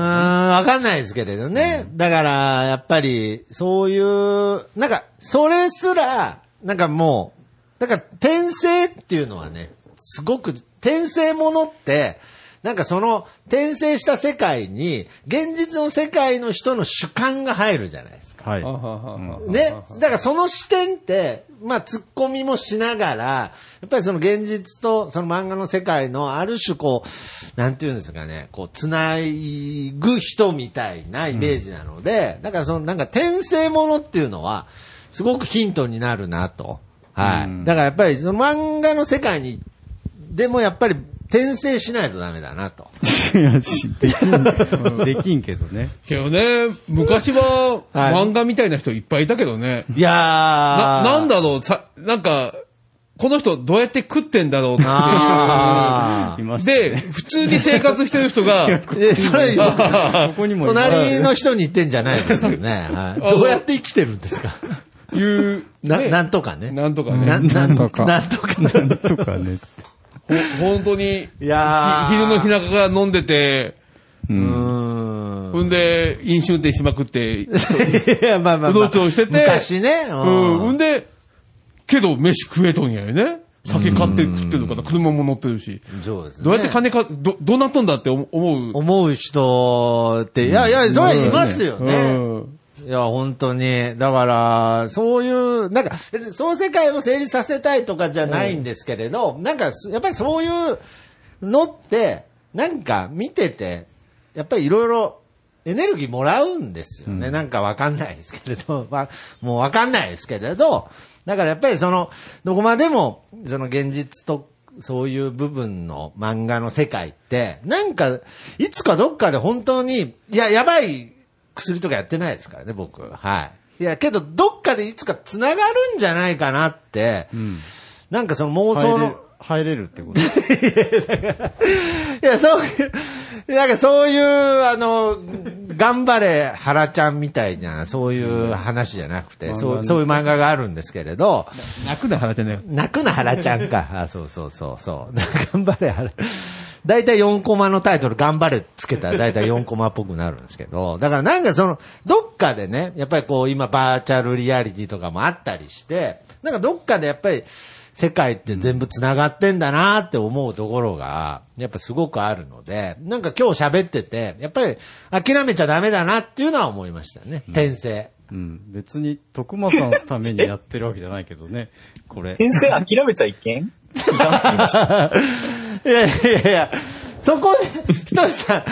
S4: わかんないですけれどね。だから、やっぱり、そういう、なんか、それすら、なんかもう、なんか、転生っていうのはね、すごく、転生ものって、なんかその、転生した世界に、現実の世界の人の主観が入るじゃないですか。
S3: はい。
S4: ね。だからその視点って、まあ、突っ込みもしながら、やっぱりその現実とその漫画の世界のある種こう、なんていうんですかね、こう、つないぐ人みたいなイメージなので、だからそのなんか転生ものっていうのは、すごくヒントになるなと。はい。
S3: うん
S4: だからやっぱりその漫画の世界に、でもやっぱり転生しないとダメだなと。
S3: (laughs) いやしできん、できんけどね。
S8: けどね、昔は漫画みたいな人いっぱいいたけどね。
S4: いやー。
S8: な、なんだろう、さ、なんか、この人どうやって食ってんだろうって
S4: あ
S3: いました
S8: いう。で、
S3: ね。
S8: 普通に生活してる人が、
S4: (laughs) で、それ、
S3: ここにもいます
S4: 隣の人に言ってんじゃないですよね。 (laughs) はいどうやって生きてるん (laughs) ですか
S8: いう、
S4: な、
S8: ね
S4: なんとかね。
S8: なんとか
S4: な
S8: ね。
S4: なんと
S5: か
S4: なんとかね。
S3: なんとかね。
S8: ほ本当に、
S4: (laughs) いやー
S8: ひ昼の日中が飲んでて、
S3: うん。
S4: (laughs) う
S8: ほんで、飲酒運転しまくって、
S4: ーん。いや、まあまあ
S8: う
S4: ま
S8: ろ
S4: あ。
S8: ちょろしてて
S4: 昔ね。う
S8: うん、ほ
S4: ん
S8: んで、けど飯食えとんやよね。酒買って食ってるから、車も乗ってるし。
S4: そうですね。
S8: どうやって金か、ど、どうなっとんだって思う。
S4: 思う人って、いやいや、それはいますよね。
S8: うん
S4: いや、本当に。だから、そういう、なんか、別にその世界を成立させたいとかじゃないんですけれど、なんか、やっぱりそういうのって、なんか見てて、やっぱりいろいろエネルギーもらうんですよね。なんかわかんないですけれど、 (laughs) まあもうわかんないですけれど、だからやっぱりその、どこまでも、その現実と、そういう部分の漫画の世界って、なんか、いつかどっかで本当に、いや、やばい薬とかやってないですからね、僕。はい。いや、けど、どっかでいつか繋がるんじゃないかなって、なんかその妄想
S3: 入れ
S4: の、、
S3: 入れるってこと。
S4: いや、そういう、なんかそういう、あの、頑張れ、原ちゃんみたいな、そういう話じゃなくて、そうそういう漫画があるんですけれど、
S8: 泣くな腹てね。
S4: 泣くな、原ちゃん (laughs) か。あ、そうそうそうそう。頑張れ、原。だいたい4コマのタイトル、頑張れつけたらだいたい4コマっぽくなるんですけど、だからなんかその、どっかでね、やっぱりこう今バーチャルリアリティとかもあったりして、なんかどっかでやっぱり世界って全部繋がってんだなって思うところが、やっぱすごくあるので、なんか今日喋ってて、やっぱり諦めちゃダメだなっていうのは思いましたね。転生。
S3: うん。別に、徳間さんのためにやってるわけじゃないけどね。これ。
S11: 先生諦めちゃいけん
S4: いやいやいや、そこで、ひとしさん、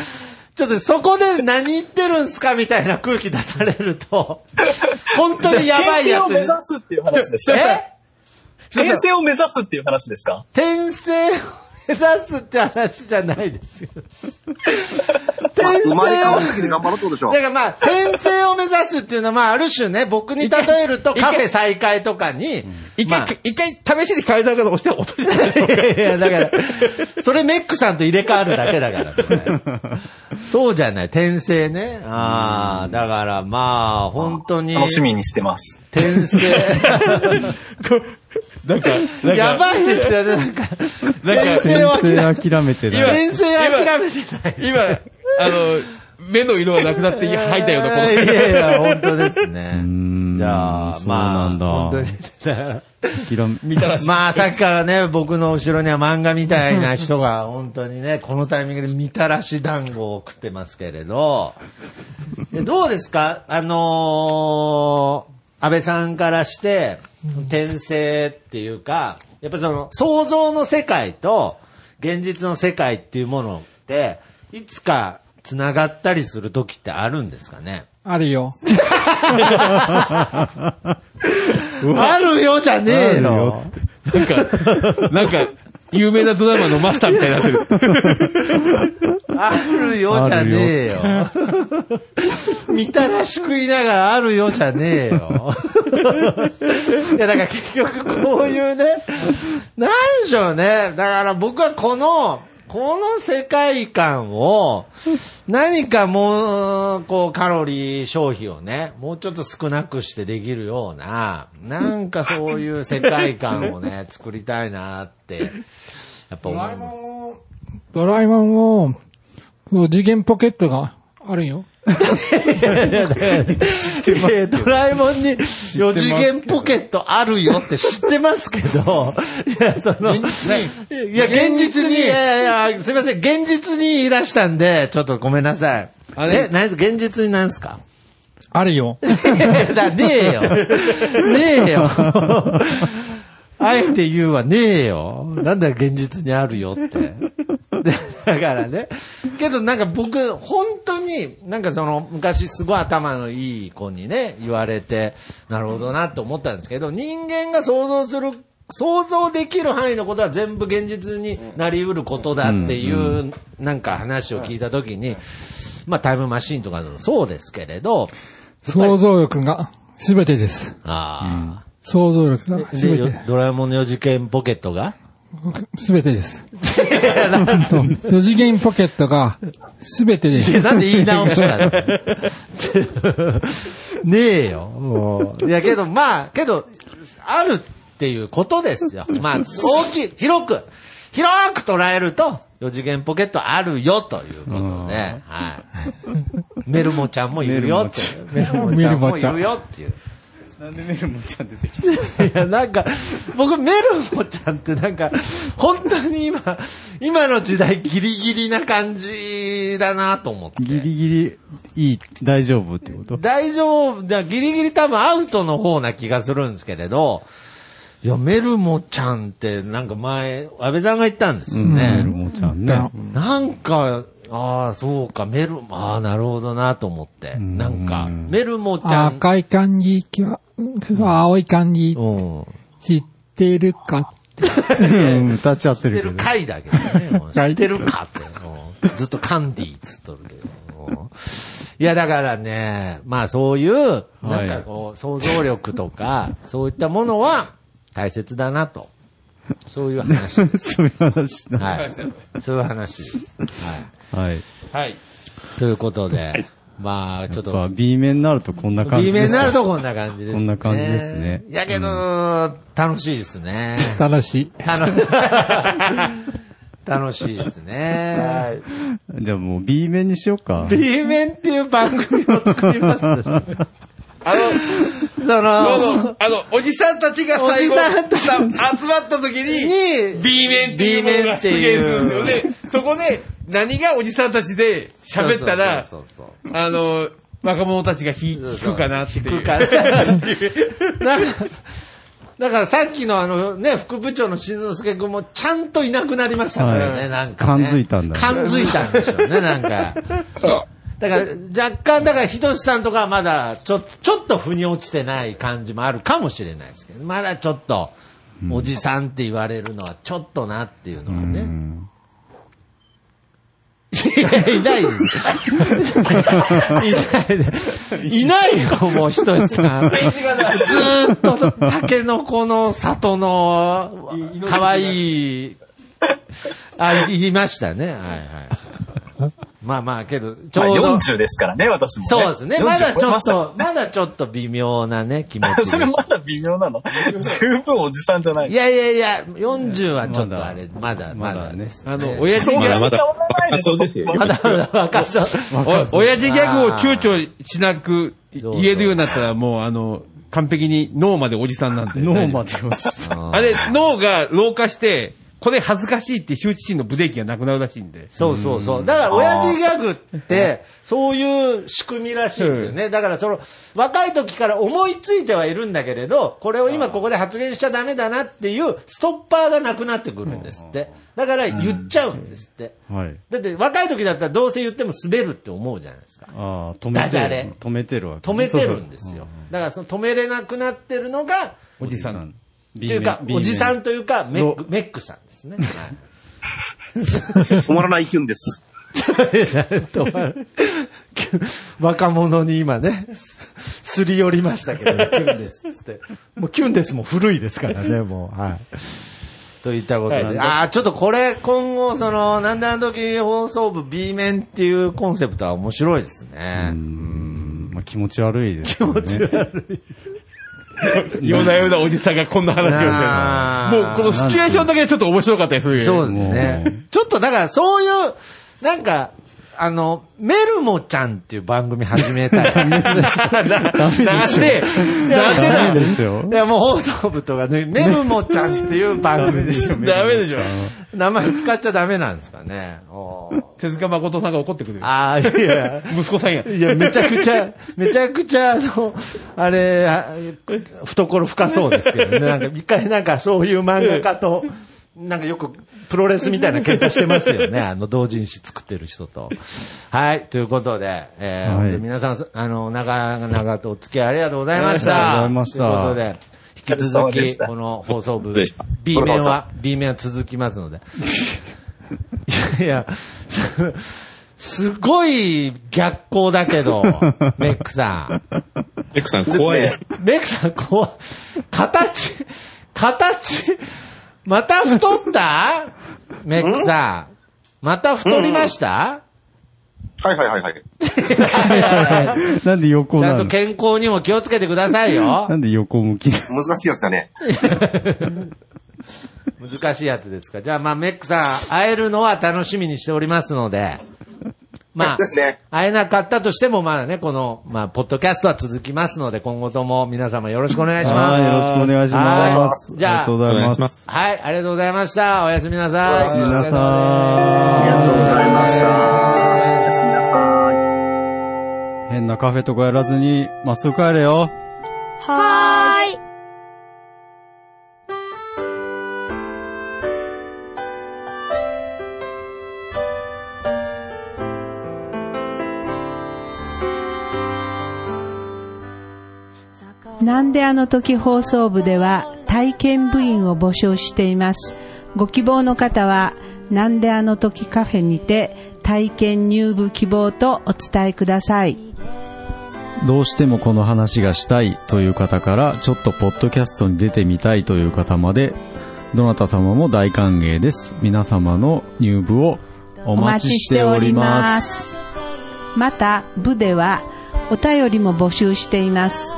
S4: ちょっとそこで何言ってるんすかみたいな空気出されると、本当にやばいや
S11: 転生を目指
S4: つ。
S11: すっていう話ですか
S4: え
S11: 転生を目指すっていう話ですか
S4: 転生を目指すって話じゃないですよ。転
S2: まあ、生まれ変わる
S4: 生
S2: だけで頑張ろうってことでし
S4: を、
S2: ょ
S4: だ。からまあ、転生を目指すっていうのは、まあ、ある種ね、僕に例えるとカフェ再開とかに、
S8: 一
S4: まあ
S8: 回、一回試しに階段から押して落とし
S4: (laughs)
S8: て
S4: いやいや、だから、それメックさんと入れ替わるだけだから、それそうじゃない、転生ね。ああ、だからまあ、本当に、
S11: 楽し
S4: 転
S11: みにしてます。
S8: (laughs)
S4: 生、
S8: なんか、
S4: やばいですよね、なんか、転生を諦
S3: 全
S4: め
S3: 然諦めてない。
S8: 今
S4: 転生諦めてない。
S8: 今、あの、目の色がなくなって、いや、吐いたような、この。
S4: いやいや、本当です
S8: (laughs)
S4: ね。じゃあ、
S8: そう
S4: ま
S8: な
S4: あ、
S8: んだ
S4: 本当に。だから (laughs)
S8: 見たらしい
S4: まあ、さっきからね、僕の後ろには漫画みたいな人
S8: (laughs)
S4: が、本当にね、このタイミングでみたらし団子を食ってますけれど、でどうですかあのー安倍さんからして、転生っていうか、やっぱその、想像の世界と、現実の世界っていうものって、いつか繋がったりする時ってあるんですかね
S5: あるよ。
S4: あるよじゃねえよ。
S8: なんか、なんか、有名なドラマのマスターみたいになってる。
S4: あるよじゃねえよ。みたらし食いながらあるよじゃねえ (laughs) よ。いや、だから結局こういうね、なんでしょうね。だから僕はこの、この世界観を、何かもう、こう、カロリー消費をね、もうちょっと少なくしてできるような、なんかそういう世界観をね、作りたいなって、やっぱ思います。
S5: ドラえもんも、この次元ポケットがあるよ。
S4: えードラえもんに4次元ポケットあるよって知ってますけど、いや、その、いや、現実に、いやいや、すいません、現実に言い出したんで、ちょっとごめんなさい。あれ何です現実に何すか
S5: あるよ。
S4: いや (laughs) だねえよ。ねえよ。 (laughs) あえて言うはねえよ。なんだよ現実にあるよって。でだからね。けどなんか僕、本当に、なんかその、昔すごい頭のいい子にね、言われて、なるほどなと思ったんですけど、人間が想像する、想像できる範囲のことは全部現実になり得ることだっていう、なんか話を聞いたときに、まあタイムマシンとかでもそうですけれど、
S5: 想像力が全てです。
S4: あ
S5: 想像力が
S4: あ。
S5: 全
S4: で
S5: て、
S4: ドラえもんの4次元ポケットが (laughs)
S5: 全て (laughs) です。4次元ポケットが全てです。
S4: なんで言い直したの (laughs) ねえよ。もういやけど、まあ、けど、あるっていうことですよ。まあ、大きい、広く、広く捉えると、4次元ポケットあるよということで、はい。メルモちゃんもいるよっていう。メ
S5: メ
S4: ル
S5: ル
S4: モ
S5: モ
S4: ち
S5: ち
S4: ゃ
S5: ゃ
S4: ん
S5: ん
S4: もいるよっていう。
S3: なんでメルモちゃん出てき
S4: いや、なんか、僕、メルモちゃんってなんか、本当に今、今の時代ギリギリな感じだなと思って。
S3: (laughs) ギリギリ、いい、大丈夫ってこと
S4: 大丈夫、だギリギリ多分アウトの方な気がするんですけれど、いや、メルモちゃんってなんか前、安倍さんが言ったんですよね。
S3: メルモちゃんね。
S4: なんか、ああ、そうか、メル、ああ、なるほどなと思って。なんか、メルモちゃん、
S5: 赤い感じ、青い感じ、知ってるか
S3: うん、歌っちゃって
S4: 知って
S3: るけ
S4: る
S3: ど。
S4: 回だけど
S3: (laughs)
S4: ね。もう知ってるかって。うんずっとカンディーっつっとるけど。うんいや、だからね、まあそういう、なんかこう、想像力と
S3: (laughs)
S4: か、そういったものは大切だなと。そうい
S3: (laughs)
S4: う話。
S3: そういう話だ。
S4: はい。そういう話です。はい。
S3: はい。
S8: はい。
S4: ということで、まあ、ちょっ
S3: やっぱ
S4: と、
S3: B 面になるとこんな感じ
S4: B
S3: です
S4: 面になるとこんな感じですね。
S3: こんな感じですね
S4: いやけど、楽しいですね。
S5: 正しい。
S4: 楽
S3: (laughs)
S4: 楽しいですね。はい。
S3: じゃあもう B 面にしようか。
S4: B 面っていう番組を作り
S8: (laughs)
S4: ます。
S8: あの、
S4: そ
S8: あ
S4: の、
S8: の、あの、おじさんたちが
S4: おじ
S8: 最後、
S4: さんたち
S8: さ集まった時に、
S4: に、
S8: B 面っていうものが出現するんだよね
S4: B 面ってい。
S8: そこで、何がおじさんたちで喋ったら、
S4: そうそうそう
S8: あの、若者たちが引くかなっていう。
S4: そう。
S3: (laughs)
S8: (laughs)
S4: だから、だからさっきのあのね、副部長のしずすけくんもちゃんといなくなりましたからね、
S3: はい
S4: なんか、ね。
S3: 感づいたんだね
S4: 感づいたんでしょうね、な
S3: (laughs)
S4: んか。だから、若干、だから、ひとしさんとかはまだ、ちょ、ちょっと腑に落ちてない感じもあるかもしれないですけど、まだちょっと、おじさんって言われるのは、ちょっとなっていうのはね。いや、いない。
S3: (laughs)
S4: いない。いないよ、もう、ひとしさん。ずーっと、タケノコの里の、かわいい、あ、いましたね。はいはい。まあまあ、けど、ち
S11: まあ
S4: ょうど。
S11: 40ですからね、私も、ね。
S4: そうですね。まだちょっ
S11: 40
S4: と、まだちょっと微妙なね、気持ち (laughs)
S11: 超えました。 (laughs) それまだ微妙なの十分おじさんじゃない。
S4: いやいやいや、40はちょっとあれ、まだ、まだね。あの、親父
S11: そん
S4: ギ
S11: な
S4: ャ
S11: に
S4: グ、
S11: 変わらないでしょ。
S4: まだまだ (laughs) 若そう。
S8: お親父ギャグを躊躇しなく言えるようになったら、もうあの、完璧に脳までおじさんなんで。
S3: 脳まで落ちた。
S8: (laughs) あれ、脳が老化して、これ恥ずかしいって羞恥心のブレーキがなくなるらしいんで。
S4: そうそうそう。だから、親父ギャグって、そういう仕組みらしいですよね。だから、その、若い時から思いついてはいるんだけれど、これを今ここで発言しちゃダメだなっていう、ストッパーがなくなってくるんですって。だから、言っちゃうんですって。
S3: はい。
S4: だって、若い時だったらどうせ言っても滑るって思うじゃないですか。
S3: ああ、止
S4: ダジャ
S3: めて
S4: レ
S3: る。止めてるわけ
S4: 止めてるんですよ。だから、その止めれなくなってるのが、
S3: そうそうおじさん。
S4: というか、おじさ
S3: ん。
S4: んというか、メック、メックさんです (laughs) ね。はい
S12: 止まらないキュンです。
S4: (laughs) 若者に今ね、すすり寄りましたけど、キュンですっつって。
S3: もうキュンですも古いですから (laughs) ね、もう。はい。
S4: といったことで。
S3: はい
S4: ああ、ちょっとこれ、今後、その、なんであの時放送部 B 面っていうコンセプトは面白いですね。
S3: うんまあ、気持ち悪いです、ね。気持ち悪 (laughs)
S8: 夜な夜なおじさんがこんな話をしてる
S4: あー
S8: の。もうこのシチュエーションだけでちょっと面白かったりするよ
S4: そうです
S3: も
S4: ね。ちょっとだから、そういう、なんか、あの、メルモちゃんっていう番組始めたい。
S3: (laughs)
S8: なんで、なん
S3: い
S8: で
S3: でしょ
S4: い。や、もう放送部とかね、 (laughs) メルモちゃんっていう番組でしょ。
S8: だ。ダメでしょ。
S4: 名前使っちゃダメなんですかね。おー
S8: 手塚誠さんが怒ってくるよ。
S4: (laughs) ああ、いやいや。
S8: 息子さんや。
S4: いや、めちゃくちゃ、めちゃくちゃ、あの、あれ、あ懐深そうですけどね。なんか、一回なんかそういう漫画家と、なんかよくプロレスみたいな喧嘩してますよね。あの、同人誌作ってる人と。はい、ということで、えー
S3: はい
S4: 皆さん、あの、長々とお付き合いありがとうございました。
S3: ありがとうございました
S4: ということで、引き
S11: お疲
S4: 続
S11: れ様で
S4: き、
S11: した
S4: この放送部
S10: でした、
S4: B 面は、B 面は続きますので。いやいや、すすごい逆光だ
S3: (laughs)
S4: けど、 (laughs) メックさん。
S10: エクさん怖い。
S4: メックさん、こう、形、形、また太ったメックさん。また太りました、
S12: はいはいはいはい。
S3: なんで横
S4: ちゃ
S3: なん
S4: と
S3: の
S4: 健康にも気をつけてくださいよ
S3: (laughs) な。んで横向きな
S12: 難しいやつだね。
S4: 難しいやつですか。じゃあ、まあ、メックさん、会えるのは楽しみにしておりますので。まあ
S12: ですね、
S4: 会えなかったとしても、まあね、この、まあ、ポッドキャストは続きますので、今後とも皆様よろしくお願いしま
S3: はい
S4: す。
S3: よろしくお願いします。
S4: はいじゃあ
S3: ありがとうございます。
S4: はい、ありがとうございました。おやすみなさい。
S12: おやすみな
S3: 皆さん。
S12: ありがとうございました。おやすみなさい。
S3: 変なカフェとかやらずに、まっすぐ帰れよ。
S13: はーい。
S14: なんであの時放送部では体験部員を募集しています。ご希望の方は、なんであの時カフェにて体験入部希望とお伝えください。
S3: どうしてもこの話がしたいという方から、ちょっとポッドキャストに出てみたいという方まで、どなた様も大歓迎です。皆様の入部をお待ちしております。
S14: す。また、部ではお便りも募集しています。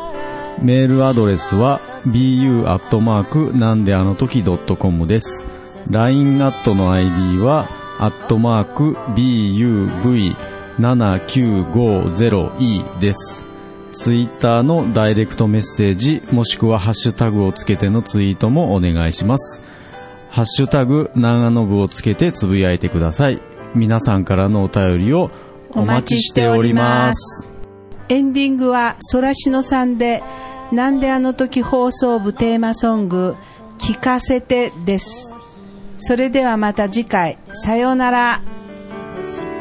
S3: メールアドレスは bu なんであの時 .com です。LINE アットの ID は、アットマーク buv7950e です。ツイッターのダイレクトメッセージ、もしくはハッシュタグをつけてのツイートもお願いします。ハッシュタグ、長野部をつけてつぶやいてください。皆さんからのお便りをお待ちしております。
S14: エンディングはソラシノさんで、なんであの時放送部テーマソング、聞かせてです。それではまた次回、さようなら。
S13: して